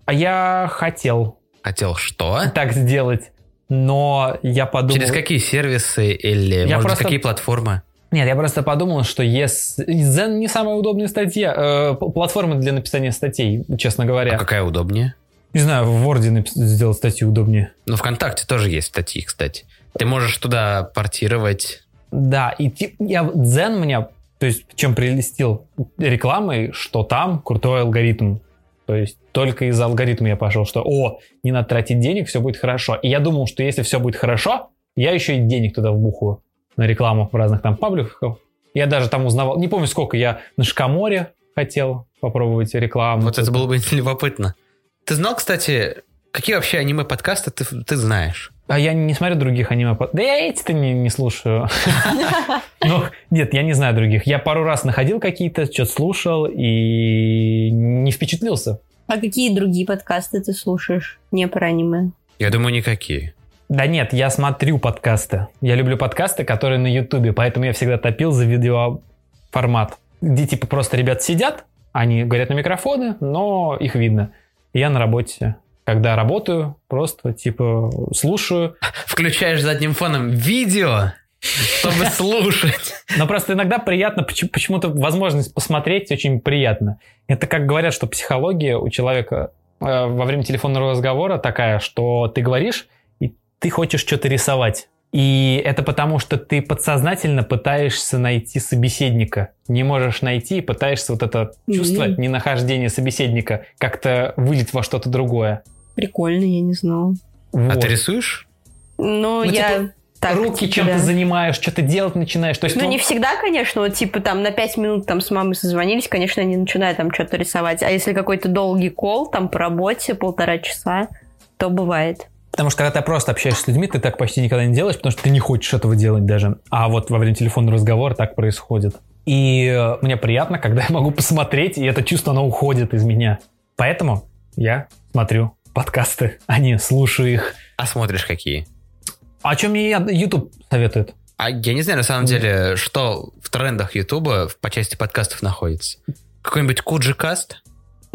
Speaker 1: А я хотел
Speaker 3: Хотел что?
Speaker 1: так сделать. Но я подумал...
Speaker 3: А? Через какие сервисы или,
Speaker 1: Я
Speaker 3: может
Speaker 1: просто-
Speaker 3: быть, какие платформы?
Speaker 1: Нет, я просто подумал, что если... Zen не самая удобная статья, э, п- платформа для написания статей, честно говоря.
Speaker 3: А какая удобнее?
Speaker 1: Не знаю, в Word напис- сделать статью удобнее.
Speaker 3: Ну, ВКонтакте тоже есть статьи, кстати. Ты можешь туда портировать.
Speaker 1: Да, и ти- я... Zen меня, то есть, чем прелестил рекламой, что там крутой алгоритм. То есть только из-за алгоритма я пошел, что о, не надо тратить денег, все будет хорошо. И я думал, что если все будет хорошо, я еще и денег туда вбухаю на рекламу в разных там пабликах. Я даже там узнавал, не помню сколько, я на Шкаморе хотел попробовать рекламу.
Speaker 3: Вот это было бы любопытно. Ты знал, кстати, какие вообще аниме-подкасты ты, ты знаешь?
Speaker 1: А я не смотрю других аниме. под- Да я эти-то не, не слушаю. Ну, нет, я не знаю других. Я пару раз находил какие-то, что-то слушал и не впечатлился.
Speaker 2: А какие другие подкасты ты слушаешь? Не про аниме.
Speaker 3: Я думаю, никакие.
Speaker 1: Да нет, я смотрю подкасты. Я люблю подкасты, которые на Ютубе, поэтому я всегда топил за видеоформат, где типа просто ребят сидят, они говорят на микрофоны, но их видно. И я на работе, когда работаю, просто типа слушаю.
Speaker 3: Включаешь задним фоном видео, чтобы слушать.
Speaker 1: Но просто иногда приятно, поч- почему-то возможность посмотреть очень приятно. Это как говорят, что психология у человека э, во время телефонного разговора такая, что ты говоришь, и ты хочешь что-то рисовать. И это потому, что ты подсознательно пытаешься найти собеседника. Не можешь найти и пытаешься вот это чувство
Speaker 2: Мгм.
Speaker 1: ненахождения собеседника как-то вылить во что-то другое.
Speaker 2: Прикольно, я не знала.
Speaker 3: А
Speaker 1: Вот.
Speaker 3: ты рисуешь?
Speaker 1: Ну,
Speaker 2: Ну, я... так,
Speaker 1: руки
Speaker 2: типа,
Speaker 1: чем-то
Speaker 2: да.
Speaker 1: занимаешь, что-то делать начинаешь. То есть,
Speaker 2: Ну,
Speaker 1: ну,
Speaker 2: не всегда, конечно, вот типа там на 5 минут там с мамой созвонились, конечно, они начинают там что-то рисовать. А если какой-то долгий кол, там по работе полтора часа, то бывает.
Speaker 1: потому что когда ты просто общаешься с людьми, ты так почти никогда не делаешь, потому что ты не хочешь этого делать даже. А вот во время телефонного разговора так происходит. И э, мне приятно, когда я могу посмотреть, и это чувство, оно уходит из меня. Поэтому я смотрю подкасты, а не слушаю их.
Speaker 3: А смотришь какие?
Speaker 1: А чем мне я- YouTube советует?
Speaker 3: А я не знаю, на самом
Speaker 1: Мгм.
Speaker 3: деле, что в трендах Ютуба в- по части подкастов находится. Какой-нибудь Куджикаст?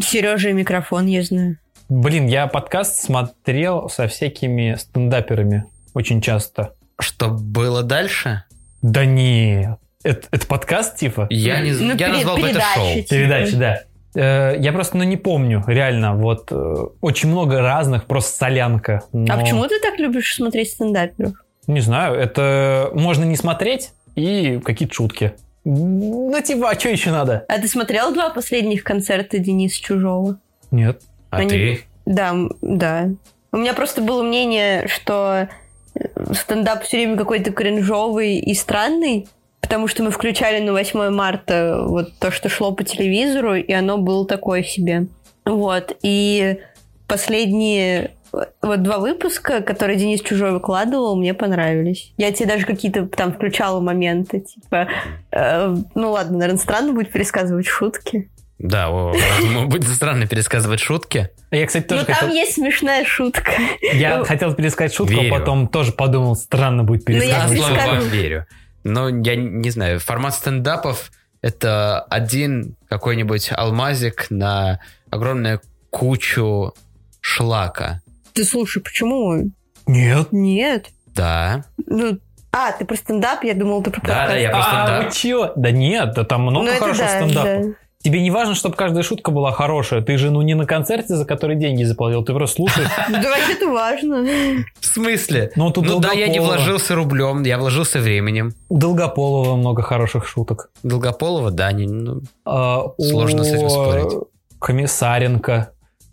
Speaker 2: Сережа и микрофон, я знаю.
Speaker 1: Блин, я подкаст смотрел со всякими стендаперами очень часто.
Speaker 3: Что было дальше?
Speaker 1: Да не, это, это подкаст типа?
Speaker 3: Я не
Speaker 2: Ну,
Speaker 3: знаю. я
Speaker 2: пере-
Speaker 3: назвал бы это
Speaker 2: передачи,
Speaker 3: шоу.
Speaker 2: типа.
Speaker 1: Передачи, да. Э, Я просто, ну, не помню, реально, вот, э, очень много разных, просто солянка.
Speaker 2: А
Speaker 1: но-
Speaker 2: почему ты так любишь смотреть стендаперов?
Speaker 1: Не знаю, это можно не смотреть и какие-то шутки. Ну, типа, а что еще надо?
Speaker 2: А ты смотрел два последних концерта Дениса Чужого?
Speaker 1: Нет.
Speaker 3: А
Speaker 2: Они-
Speaker 3: ты?
Speaker 2: Да, м, да. У меня просто было мнение, что э, стендап все время какой-то кринжовый и странный, потому что мы включали на 8 марта вот то, что шло по телевизору, и оно было такое себе. Вот, и последние э, вот два выпуска, которые Денис Чужой выкладывал, мне понравились. Я тебе даже какие-то там включала моменты, типа, э, ну ладно, наверное, странно будет пересказывать шутки.
Speaker 3: Да, о, поэтому будет странно пересказывать шутки.
Speaker 1: Я, кстати, тоже
Speaker 2: Но Ну, там ну,
Speaker 1: хотел,
Speaker 2: есть смешная шутка.
Speaker 1: я хотел пересказать шутку,
Speaker 3: Верю.
Speaker 1: а потом тоже подумал, странно будет
Speaker 2: я
Speaker 3: Я
Speaker 1: пересказывать.
Speaker 2: слишком-
Speaker 3: слово
Speaker 1: шутку.
Speaker 3: вам
Speaker 2: перескажу.
Speaker 3: верю. Но я не знаю, формат стендапов это один какой-нибудь алмазик на огромную кучу шлака.
Speaker 2: Ты слушай, почему?
Speaker 1: Нет.
Speaker 2: Нет.
Speaker 3: Да.
Speaker 2: Ну, а, ты про стендап, я думал, ты про Ну,
Speaker 3: Да, да, я про
Speaker 1: А, вы
Speaker 3: стендап.
Speaker 1: чё? Да нет, да там много хорошего стендапа. Тебе не важно, чтобы каждая шутка была хорошая. Ты же, ну, не на концерте, за который деньги заплатил, ты просто слушаешь.
Speaker 2: да. Да, вообще-то важно.
Speaker 3: В смысле?
Speaker 1: Ну, тут
Speaker 3: Ну да, я не
Speaker 1: Долгополова.
Speaker 3: вложился рублем, я вложился временем.
Speaker 1: У Долгополова много хороших шуток.
Speaker 3: Долгополова, да, не, ну,
Speaker 1: А, у
Speaker 3: Сложно с этим спорить.
Speaker 1: Комиссаренко.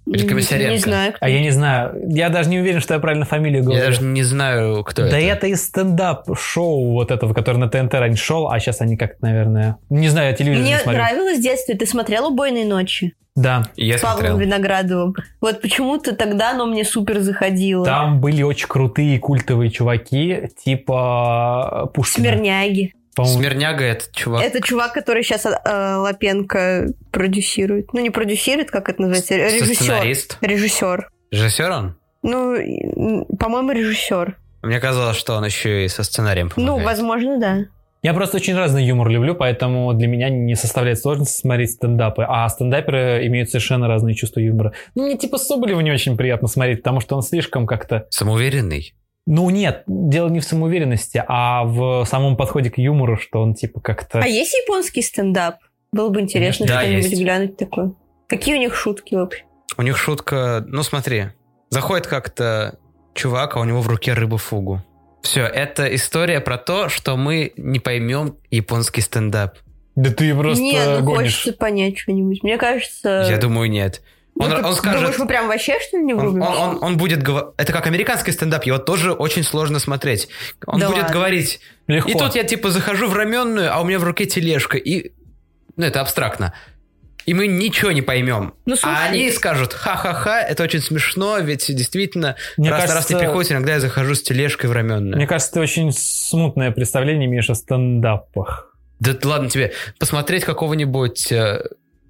Speaker 3: Или Комиссаренко.
Speaker 2: Не знаю. кто.
Speaker 1: А я не знаю, я даже не уверен, что я правильно фамилию говорю.
Speaker 3: я даже не знаю, кто
Speaker 1: да
Speaker 3: это.
Speaker 1: это из стендап-шоу вот этого, который на ТНТ раньше шел, а сейчас они как-то, наверное... Не знаю, я телевизор
Speaker 2: Мне
Speaker 1: не смотрю.
Speaker 2: нравилось в детстве. Ты смотрел «Убойные ночи»
Speaker 1: Да,
Speaker 3: Я
Speaker 2: с Павлом
Speaker 3: смотрел.
Speaker 2: Виноградовым? Вот почему-то тогда оно мне супер заходило.
Speaker 1: там были очень крутые культовые чуваки, типа э, Пушкина.
Speaker 2: Смирняги.
Speaker 1: По-моему,
Speaker 3: Смирняга этот чувак.
Speaker 2: Это чувак, который сейчас Лапенко продюсирует. Ну, не продюсирует, как это называется?
Speaker 3: с-
Speaker 2: Режиссер.
Speaker 3: сценарист.
Speaker 2: Режиссер.
Speaker 3: Режиссер он?
Speaker 2: Ну, и, м, по-моему, режиссер.
Speaker 3: Мне казалось, что он еще и со сценарием
Speaker 2: Ну,
Speaker 3: помогает.
Speaker 2: возможно, да.
Speaker 1: Я просто очень разный юмор люблю, поэтому для меня не составляет сложности смотреть стендапы. А стендаперы имеют совершенно разные чувства юмора. Ну, мне типа Соболева не очень приятно смотреть, потому что он слишком как-то...
Speaker 3: Самоуверенный.
Speaker 1: Ну, нет, дело не в самоуверенности, а в самом подходе к юмору, что он типа как-то...
Speaker 2: А есть японский стендап? Было бы интересно
Speaker 3: Да,
Speaker 2: что-нибудь
Speaker 3: есть.
Speaker 2: глянуть такое. Какие у них шутки вообще?
Speaker 3: У них шутка... Ну, смотри. Заходит как-то чувак, а у него в руке рыба фугу. Все, это история про то, что мы не поймем японский стендап.
Speaker 1: Да ты просто
Speaker 2: Не, ну
Speaker 1: гонишь.
Speaker 2: хочется понять что-нибудь. Мне кажется...
Speaker 3: Я думаю, нет.
Speaker 2: ну,
Speaker 3: Он,
Speaker 2: ты
Speaker 3: он скажет...
Speaker 2: Думаешь, вы прям вообще что-ли не
Speaker 3: Он,
Speaker 2: врубимся?
Speaker 3: он- он- он будет говорить... Это как американский стендап, его тоже очень сложно смотреть. Он
Speaker 2: Да
Speaker 3: будет
Speaker 2: ладно.
Speaker 3: говорить...
Speaker 1: Легко.
Speaker 3: И тут я типа захожу в раменную, а у меня в руке тележка. И. Ну, это абстрактно. И мы ничего не поймем.
Speaker 2: Ну, слушай,
Speaker 3: А они скажут: ха-ха-ха, это очень смешно, ведь действительно,
Speaker 1: Мне
Speaker 3: раз на
Speaker 1: кажется,
Speaker 3: раз не приходит, иногда я захожу с тележкой в раменную.
Speaker 1: Мне кажется, ты очень смутное представление имеешь о стендапах.
Speaker 3: Да т- ладно тебе, посмотреть какого-нибудь э,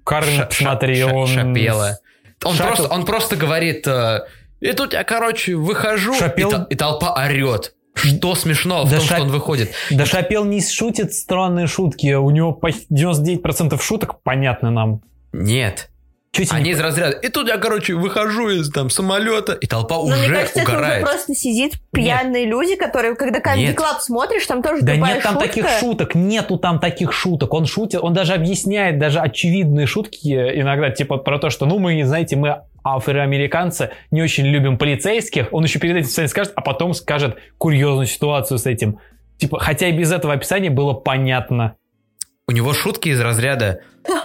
Speaker 1: Карн,
Speaker 3: Ша-
Speaker 1: смотри,
Speaker 3: Ша-
Speaker 1: он...
Speaker 3: Шапела. Он
Speaker 1: Шапел-
Speaker 3: просто, он просто говорит: э, и тут я, короче, выхожу, и
Speaker 1: Шапел-
Speaker 3: тол- и, толпа орет. Что смешного в
Speaker 1: Да
Speaker 3: том,
Speaker 1: Ша-
Speaker 3: что он выходит?
Speaker 1: Да Шапел не шутит странные шутки. У него почти 99% шуток понятно нам.
Speaker 3: Нет.
Speaker 1: Чуть
Speaker 3: Они из разряда. И тут я, короче, выхожу из там самолета, и толпа
Speaker 2: Ну, мне
Speaker 3: уже
Speaker 2: кажется, это уже
Speaker 3: угорает.
Speaker 2: просто сидит пьяные люди, которые, когда Comedy
Speaker 3: Нет.
Speaker 2: Club смотришь, там тоже
Speaker 1: Да
Speaker 2: тупая
Speaker 1: нет там
Speaker 2: шутка.
Speaker 1: таких шуток, нету там таких шуток. Он шутит, он даже объясняет даже очевидные шутки иногда, типа про то, что, ну, мы, знаете, мы афроамериканцы, не очень любим полицейских. Он еще перед этим сцене скажет, а потом скажет курьезную ситуацию с этим. Типа, хотя и без этого описания было понятно.
Speaker 3: У него шутки из разряда.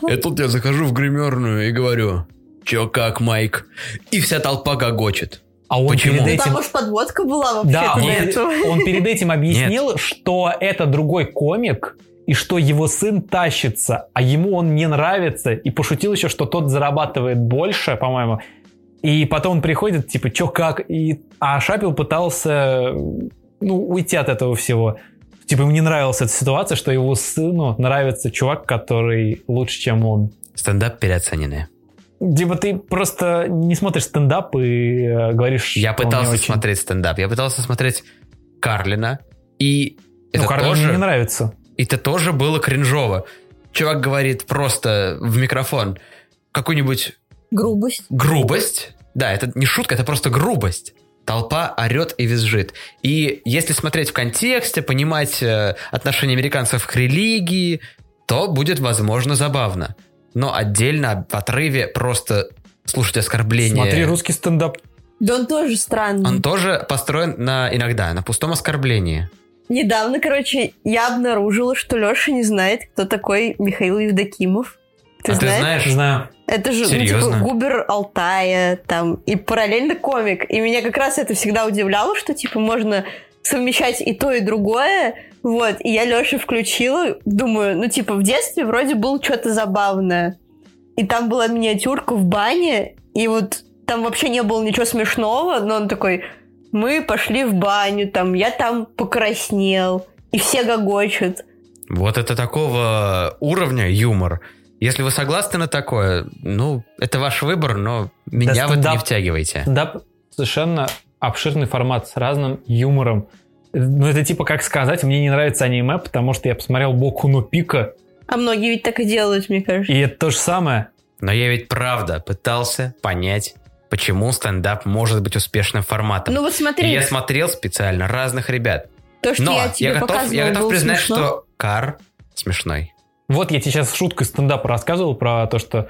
Speaker 3: И тут я захожу в гримерную и говорю, чё как, Майк? И вся толпа гогочет.
Speaker 1: А он
Speaker 3: Почему?
Speaker 1: перед
Speaker 3: Ну,
Speaker 1: этим...
Speaker 2: Там уж подводка была вообще
Speaker 1: Да,
Speaker 3: нет.
Speaker 1: он, он перед этим объяснил, что это другой комик, и что его сын тащится, а ему он не нравится, и пошутил еще, что тот зарабатывает больше, по-моему. И потом он приходит, типа, чё как? И... А Шапил пытался, ну, уйти от этого всего. Типа, ему не нравилась эта ситуация, что его сыну нравится чувак, который лучше, чем он.
Speaker 3: Стендап переоцененный.
Speaker 1: Дима, ты просто не смотришь стендап и э, говоришь...
Speaker 3: Я
Speaker 1: что он не
Speaker 3: пытался
Speaker 1: очень.
Speaker 3: смотреть стендап. Я пытался смотреть Карлина. И
Speaker 1: Ну,
Speaker 3: это
Speaker 1: Карлин
Speaker 3: тоже...
Speaker 1: мне не нравится.
Speaker 3: это тоже было кринжово. Чувак говорит просто в микрофон какую-нибудь
Speaker 2: грубость.
Speaker 3: грубость. Да, это не шутка, это просто грубость. Толпа орет и визжит. И если смотреть в контексте, понимать э, отношение американцев к религии, то будет, возможно, забавно. Но отдельно в отрыве просто слушать оскорбления.
Speaker 1: Смотри русский стендап.
Speaker 2: Да он тоже странный.
Speaker 3: Он тоже построен на иногда на пустом оскорблении.
Speaker 2: Недавно, короче, я обнаружила, что Леша не знает, кто такой Михаил Евдокимов. Ты
Speaker 3: а
Speaker 2: знаешь?
Speaker 3: ты знаешь?
Speaker 1: Знаю.
Speaker 2: Это же, ну, типа,
Speaker 3: Серьезно?
Speaker 2: губер Алтая, там, и параллельно комик. И меня как раз это всегда удивляло, что, типа, можно совмещать и то, и другое. Вот, и я Лёше включила, думаю, ну, типа, в детстве вроде было что-то забавное. И там была миниатюрка в бане, и вот там вообще не было ничего смешного, но он такой, мы пошли в баню, там, я там покраснел, и все гогочут.
Speaker 3: Вот это такого уровня юмор. Если вы согласны на такое, ну, это ваш выбор, но меня в это не
Speaker 1: стендап.
Speaker 3: втягивайте.
Speaker 1: Стендап совершенно обширный формат с разным юмором. Ну, это типа как сказать, мне не нравится аниме, потому что я посмотрел Боку но Пика,
Speaker 2: А многие ведь так и делают, мне кажется.
Speaker 1: и это то же самое.
Speaker 3: Но я ведь правда пытался понять, почему стендап может быть успешным форматом.
Speaker 2: Ну вот
Speaker 3: И
Speaker 2: смотри,
Speaker 3: я смотрел специально разных ребят.
Speaker 2: то, что
Speaker 3: Но
Speaker 2: я тебе
Speaker 3: готов,
Speaker 2: показывала,
Speaker 3: я готов
Speaker 2: было
Speaker 3: признать,
Speaker 2: смешно.
Speaker 3: что Кар смешной.
Speaker 1: Вот я тебе сейчас шутку из стендапа рассказывал про то, что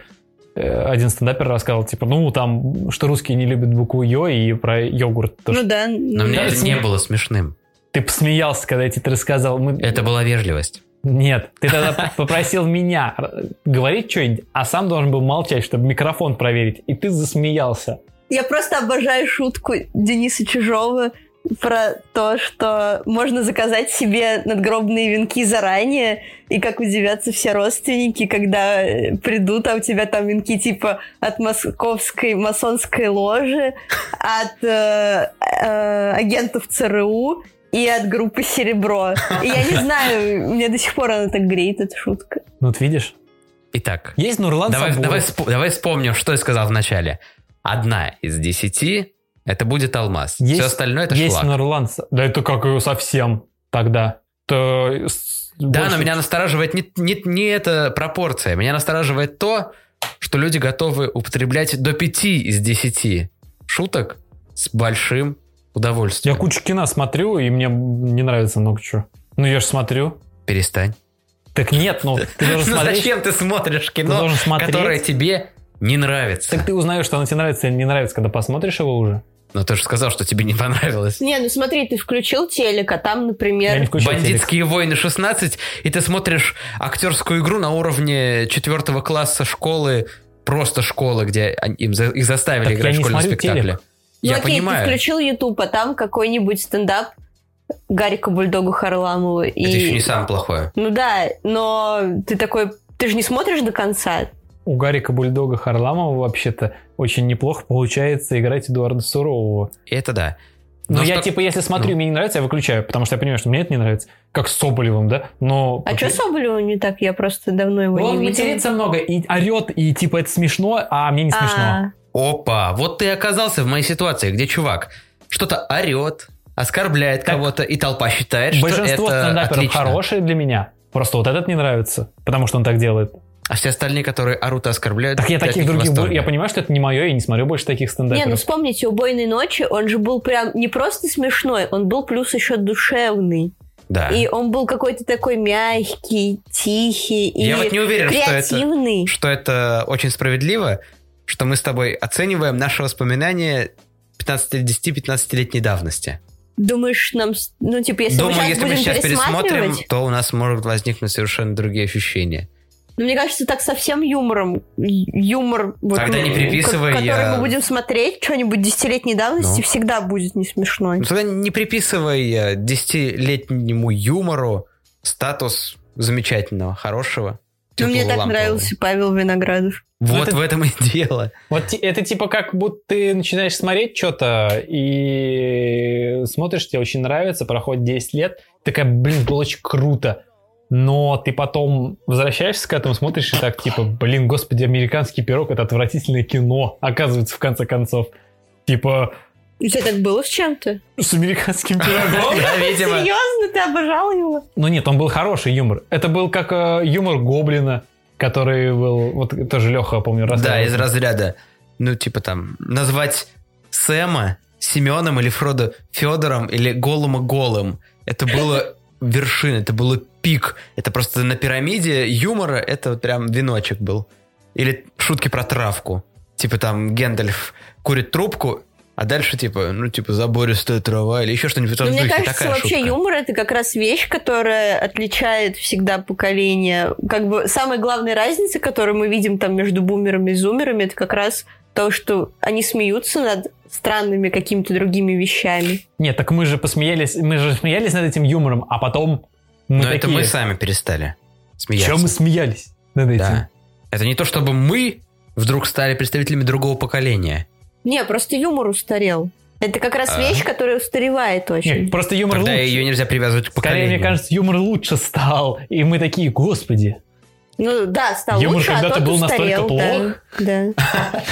Speaker 1: э, один стендапер рассказывал, типа, ну, там, что русские не любят букву Ё и про йогурт. То,
Speaker 2: ну
Speaker 1: что
Speaker 2: да.
Speaker 3: Но
Speaker 2: ну
Speaker 3: мне
Speaker 2: да.
Speaker 1: да,
Speaker 3: это не
Speaker 1: смеш-
Speaker 3: было смешным.
Speaker 1: Ты посмеялся, когда я тебе это рассказал. Мы...
Speaker 3: Это была вежливость.
Speaker 1: Нет, ты тогда попросил меня р- говорить что-нибудь, а сам должен был молчать, чтобы микрофон проверить. И ты засмеялся.
Speaker 2: Я просто обожаю шутку Дениса Чижова про то, что можно заказать себе надгробные венки заранее, и как удивятся все родственники, когда э, придут, а у тебя там венки типа от московской масонской ложи, от э, э, агентов ЦРУ и от группы «Серебро». И я не знаю, мне до сих пор она так греет, эта шутка.
Speaker 1: Ну, вот видишь?
Speaker 3: Итак,
Speaker 1: Есть Нурлан
Speaker 3: давай,
Speaker 1: Сабуров.
Speaker 3: давай, вспо- давай вспомним, что я сказал в начале. Одна из десяти это будет алмаз.
Speaker 1: Есть-
Speaker 3: Все остальное это
Speaker 1: Есть
Speaker 3: шлак.
Speaker 1: Нурлан Са- Да это как его совсем тогда. То с-
Speaker 3: Да,
Speaker 1: больше-
Speaker 3: но меня настораживает не, не, не эта пропорция. Меня настораживает то, что люди готовы употреблять до 5 из 10 шуток с большим
Speaker 1: Я
Speaker 3: удовольствием.
Speaker 1: кучу кино смотрю, и мне не нравится много чего. Ну, я же смотрю.
Speaker 3: Перестань.
Speaker 1: Так нет, ну, ты
Speaker 3: Ну
Speaker 1: должен смотреть.
Speaker 3: зачем ты смотришь
Speaker 1: Ты
Speaker 3: кино,
Speaker 1: должен
Speaker 3: которое
Speaker 1: смотреть.
Speaker 3: тебе не нравится?
Speaker 1: Так ты узнаешь, что оно тебе нравится или не нравится, когда посмотришь его уже.
Speaker 3: Но Ну, ты же сказал, что тебе не понравилось.
Speaker 2: Не, ну смотри, ты включил телек, а там,
Speaker 1: Я не
Speaker 2: например,
Speaker 1: включил телек.
Speaker 3: Бандитские войны 16, и ты смотришь актерскую игру на уровне четвертого класса школы, просто школы, где они- им за- их заставили
Speaker 1: Так я
Speaker 3: играть в
Speaker 1: не
Speaker 3: школьном
Speaker 1: смотрю
Speaker 3: спектакле.
Speaker 1: телек.
Speaker 2: ну,
Speaker 3: Я
Speaker 2: окей,
Speaker 3: понимаю.
Speaker 2: ты включил YouTube, а там какой-нибудь стендап Гарика Бульдога Харламова. И...
Speaker 3: Это еще не самое плохое.
Speaker 2: Ну да, но ты такой, ты же не смотришь до конца.
Speaker 1: У Гарика Бульдога Харламова вообще-то очень неплохо получается играть Эдуарда Сурового.
Speaker 3: Это да.
Speaker 1: Но,
Speaker 3: Но
Speaker 1: я
Speaker 3: что-
Speaker 1: типа, если смотрю,
Speaker 3: ну.
Speaker 1: мне не нравится, я выключаю, потому что я понимаю, что мне это не нравится. Как с Соболевым, да? Но...
Speaker 2: А что Соболеву не так? Я просто давно его
Speaker 1: Он
Speaker 2: не видела.
Speaker 1: матерится много и орет, и типа это смешно, а мне не смешно.
Speaker 2: А,
Speaker 3: Опа, вот ты и оказался в моей ситуации, где чувак что-то орет, оскорбляет
Speaker 1: Так,
Speaker 3: кого-то, и толпа считает, что
Speaker 1: Большинство
Speaker 3: это
Speaker 1: стендаперов
Speaker 3: отлично.
Speaker 1: хорошие для меня. Просто вот этот не нравится, потому что он так делает.
Speaker 3: А все остальные, которые орут и оскорбляют,
Speaker 1: Так я
Speaker 3: от них
Speaker 1: таких
Speaker 3: в
Speaker 1: других... бо-
Speaker 3: восторге.
Speaker 1: Я понимаю, что это не мое, и не смотрю больше таких
Speaker 2: Не, ну
Speaker 1: стендаперов.
Speaker 2: вспомните, «Убойной ночи» он же был прям не просто смешной, он был плюс еще душевный.
Speaker 3: Да.
Speaker 2: И он был какой-то такой мягкий, тихий и
Speaker 3: Я вот не уверен, что это,
Speaker 2: креативный.
Speaker 3: что это очень справедливо, что мы с тобой оцениваем наши воспоминания 15 или 10-15-летней давности.
Speaker 2: Думаешь, нам... с- Ну, типа, если
Speaker 3: Думаю,
Speaker 2: мы сейчас
Speaker 3: если
Speaker 2: будем
Speaker 3: мы сейчас
Speaker 2: пересматривать...
Speaker 3: пересмотрим, то у нас могут возникнуть совершенно другие ощущения.
Speaker 2: Но ну, мне кажется, так совсем юмором. Юмор, вот,
Speaker 3: Тогда не
Speaker 2: ну,
Speaker 3: приписывай,
Speaker 2: ко- который
Speaker 3: я-
Speaker 2: мы будем смотреть, что-нибудь десятилетней давности,
Speaker 3: Ну.
Speaker 2: всегда будет не смешной.
Speaker 3: Ну, Тогда не приписывай э, десятилетнему юмору статус замечательного, хорошего.
Speaker 2: Ну, мне так
Speaker 3: теплого,
Speaker 2: нравился Павел Виноградов.
Speaker 1: Ну,
Speaker 3: лампового. Вот
Speaker 1: это-
Speaker 3: в этом и дело.
Speaker 1: Вот ти- это типа как будто ты начинаешь смотреть что-то и смотришь, тебе очень нравится, проходит 10 лет, такая, блин, было очень круто. Но ты потом возвращаешься к этому, смотришь и так типа, блин, господи, американский пирог это отвратительное кино, оказывается, в конце концов. Типа,
Speaker 2: У тебя так было с чем-то?
Speaker 1: с американским пирогом.
Speaker 3: Да, видимо.
Speaker 2: Серьезно, ты обожал его?
Speaker 1: Ну нет, он был хороший юмор. Это был как э, юмор Гоблина, который был, вот тоже Леха, помню,
Speaker 3: Да,
Speaker 1: рассказывал.
Speaker 3: из разряда, ну, типа там, назвать Сэма Семеном или Фродо Федором или Голума Голым. Это было вершина, это было пик. Это просто на пирамиде юмора это вот прям веночек был. Или шутки про травку. Типа там Гендальф курит трубку, а дальше типа, ну, типа забористая трава или еще что-нибудь. в
Speaker 2: Ну,
Speaker 3: этом
Speaker 2: мне
Speaker 3: духе.
Speaker 2: кажется,
Speaker 3: Такая
Speaker 2: вообще
Speaker 3: шутка.
Speaker 2: юмор это как раз вещь, которая отличает всегда поколение. Как бы самая главная разница, которую мы видим там между бумерами и зумерами, это как раз то, что они смеются над странными какими-то другими вещами.
Speaker 1: Нет, так мы же посмеялись, мы же смеялись над этим юмором, а потом мы
Speaker 3: Но
Speaker 1: такие...
Speaker 3: это мы сами перестали смеяться.
Speaker 1: Чем мы смеялись над этим?
Speaker 3: Да. Это не то, чтобы мы вдруг стали представителями другого поколения.
Speaker 2: Не, просто юмор устарел. Это как раз
Speaker 3: А.
Speaker 2: вещь, которая устаревает очень.
Speaker 1: Нет, просто юмор
Speaker 3: Тогда
Speaker 1: лучше.
Speaker 3: ее нельзя привязывать к
Speaker 1: Скорее,
Speaker 3: поколению.
Speaker 1: мне кажется, юмор лучше стал. И мы такие, господи.
Speaker 2: Ну да, стал
Speaker 1: Юмор
Speaker 2: лучше, а
Speaker 1: когда-то
Speaker 2: тот
Speaker 1: был настолько
Speaker 2: устарел,
Speaker 1: плох.
Speaker 2: Да, да.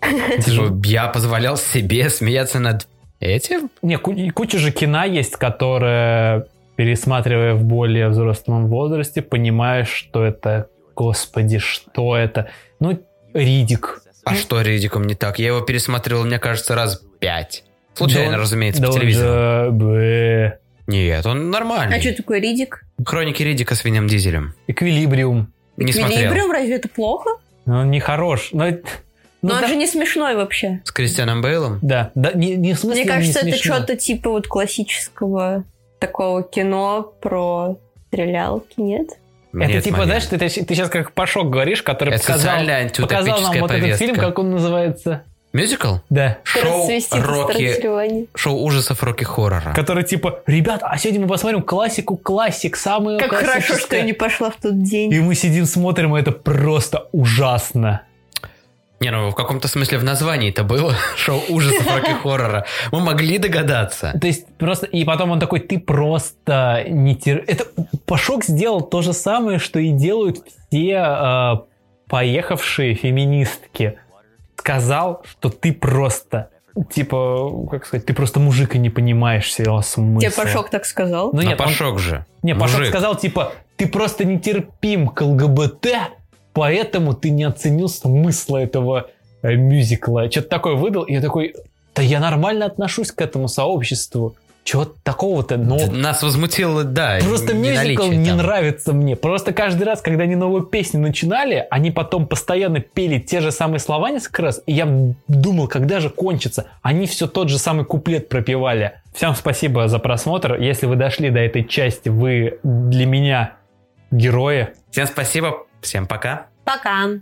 Speaker 3: Типа, я позволял себе смеяться над этим?
Speaker 1: Не, ку- и куча же кино есть, которое, пересматривая в более взрослом возрасте, понимаешь, что это, господи, что это. Ну, Ридик.
Speaker 3: А что Ридиком не так? Я его пересматривал, мне кажется, раз пять. Случайно,
Speaker 1: Да он-
Speaker 3: разумеется,
Speaker 1: Да
Speaker 3: по
Speaker 1: он
Speaker 3: телевизору.
Speaker 1: же, бэ.
Speaker 3: Нет, он нормальный.
Speaker 2: А что такое Ридик?
Speaker 3: Хроники Ридика с Винем Дизелем.
Speaker 1: Эквилибриум.
Speaker 3: Не смотрел.
Speaker 2: Эквилибриум, разве это плохо?
Speaker 1: Ну, Он нехорош. Но,
Speaker 2: Но
Speaker 1: ну,
Speaker 2: он
Speaker 1: да,
Speaker 2: же не смешной вообще.
Speaker 3: С Кристианом Бейлом?
Speaker 1: да, да, не, не в смысле
Speaker 2: Мне кажется,
Speaker 1: не
Speaker 2: это
Speaker 1: смешно.
Speaker 2: что-то типа вот классического такого кино про стрелялки, нет?
Speaker 1: Это
Speaker 3: Нет,
Speaker 1: типа,
Speaker 3: Мария.
Speaker 1: знаешь, ты, сейчас как Пашок говоришь, который
Speaker 3: Это
Speaker 1: показал,
Speaker 3: социальная
Speaker 1: показал нам
Speaker 3: антиутопическая
Speaker 1: вот этот фильм,
Speaker 3: повестка.
Speaker 1: как он называется.
Speaker 3: Мюзикл?
Speaker 1: Да.
Speaker 3: Шоу
Speaker 2: Расцвести до
Speaker 3: Рокки...
Speaker 2: старосревания.
Speaker 3: Шоу ужасов Рокки Хоррора.
Speaker 1: Который типа, ребят, а сегодня мы посмотрим классику классик, самую
Speaker 2: Как хорошо,
Speaker 1: классическую».
Speaker 2: что я не пошла в тот
Speaker 1: И
Speaker 2: день.
Speaker 1: мы сидим, смотрим, и это просто ужасно.
Speaker 3: Не, ну в каком-то смысле в названии это было шоу ужасов Рокки Хоррора. Мы могли догадаться.
Speaker 1: То есть просто... И потом он такой, ты просто не тер... Это Пашок сделал то же самое, что и делают все э, поехавшие феминистки. Сказал, что ты просто... Типа, как сказать, ты просто мужика не понимаешь всего смысла.
Speaker 2: Тебе Пашок так сказал?
Speaker 1: Ну
Speaker 3: Но
Speaker 1: нет, он-
Speaker 3: Пашок же.
Speaker 1: Не, Пашок
Speaker 3: мужик.
Speaker 1: сказал, типа, ты просто нетерпим к ЛГБТ, поэтому ты не оценил смысла этого э, мюзикла. Что-то такое выдал, и я такой, да я нормально отношусь к этому сообществу. Чего такого-то? Но
Speaker 3: Нас возмутило, да.
Speaker 1: Ну, просто мюзикл
Speaker 3: неналичие
Speaker 1: не
Speaker 3: там.
Speaker 1: нравится мне. Просто каждый раз, когда они новую песню начинали, они потом постоянно пели те же самые слова несколько раз, и я думал, когда же кончится. Они все тот же самый куплет пропевали. Всем спасибо за просмотр. Если вы дошли до этой части, вы для меня герои.
Speaker 3: Всем спасибо, всем пока.
Speaker 2: Пока.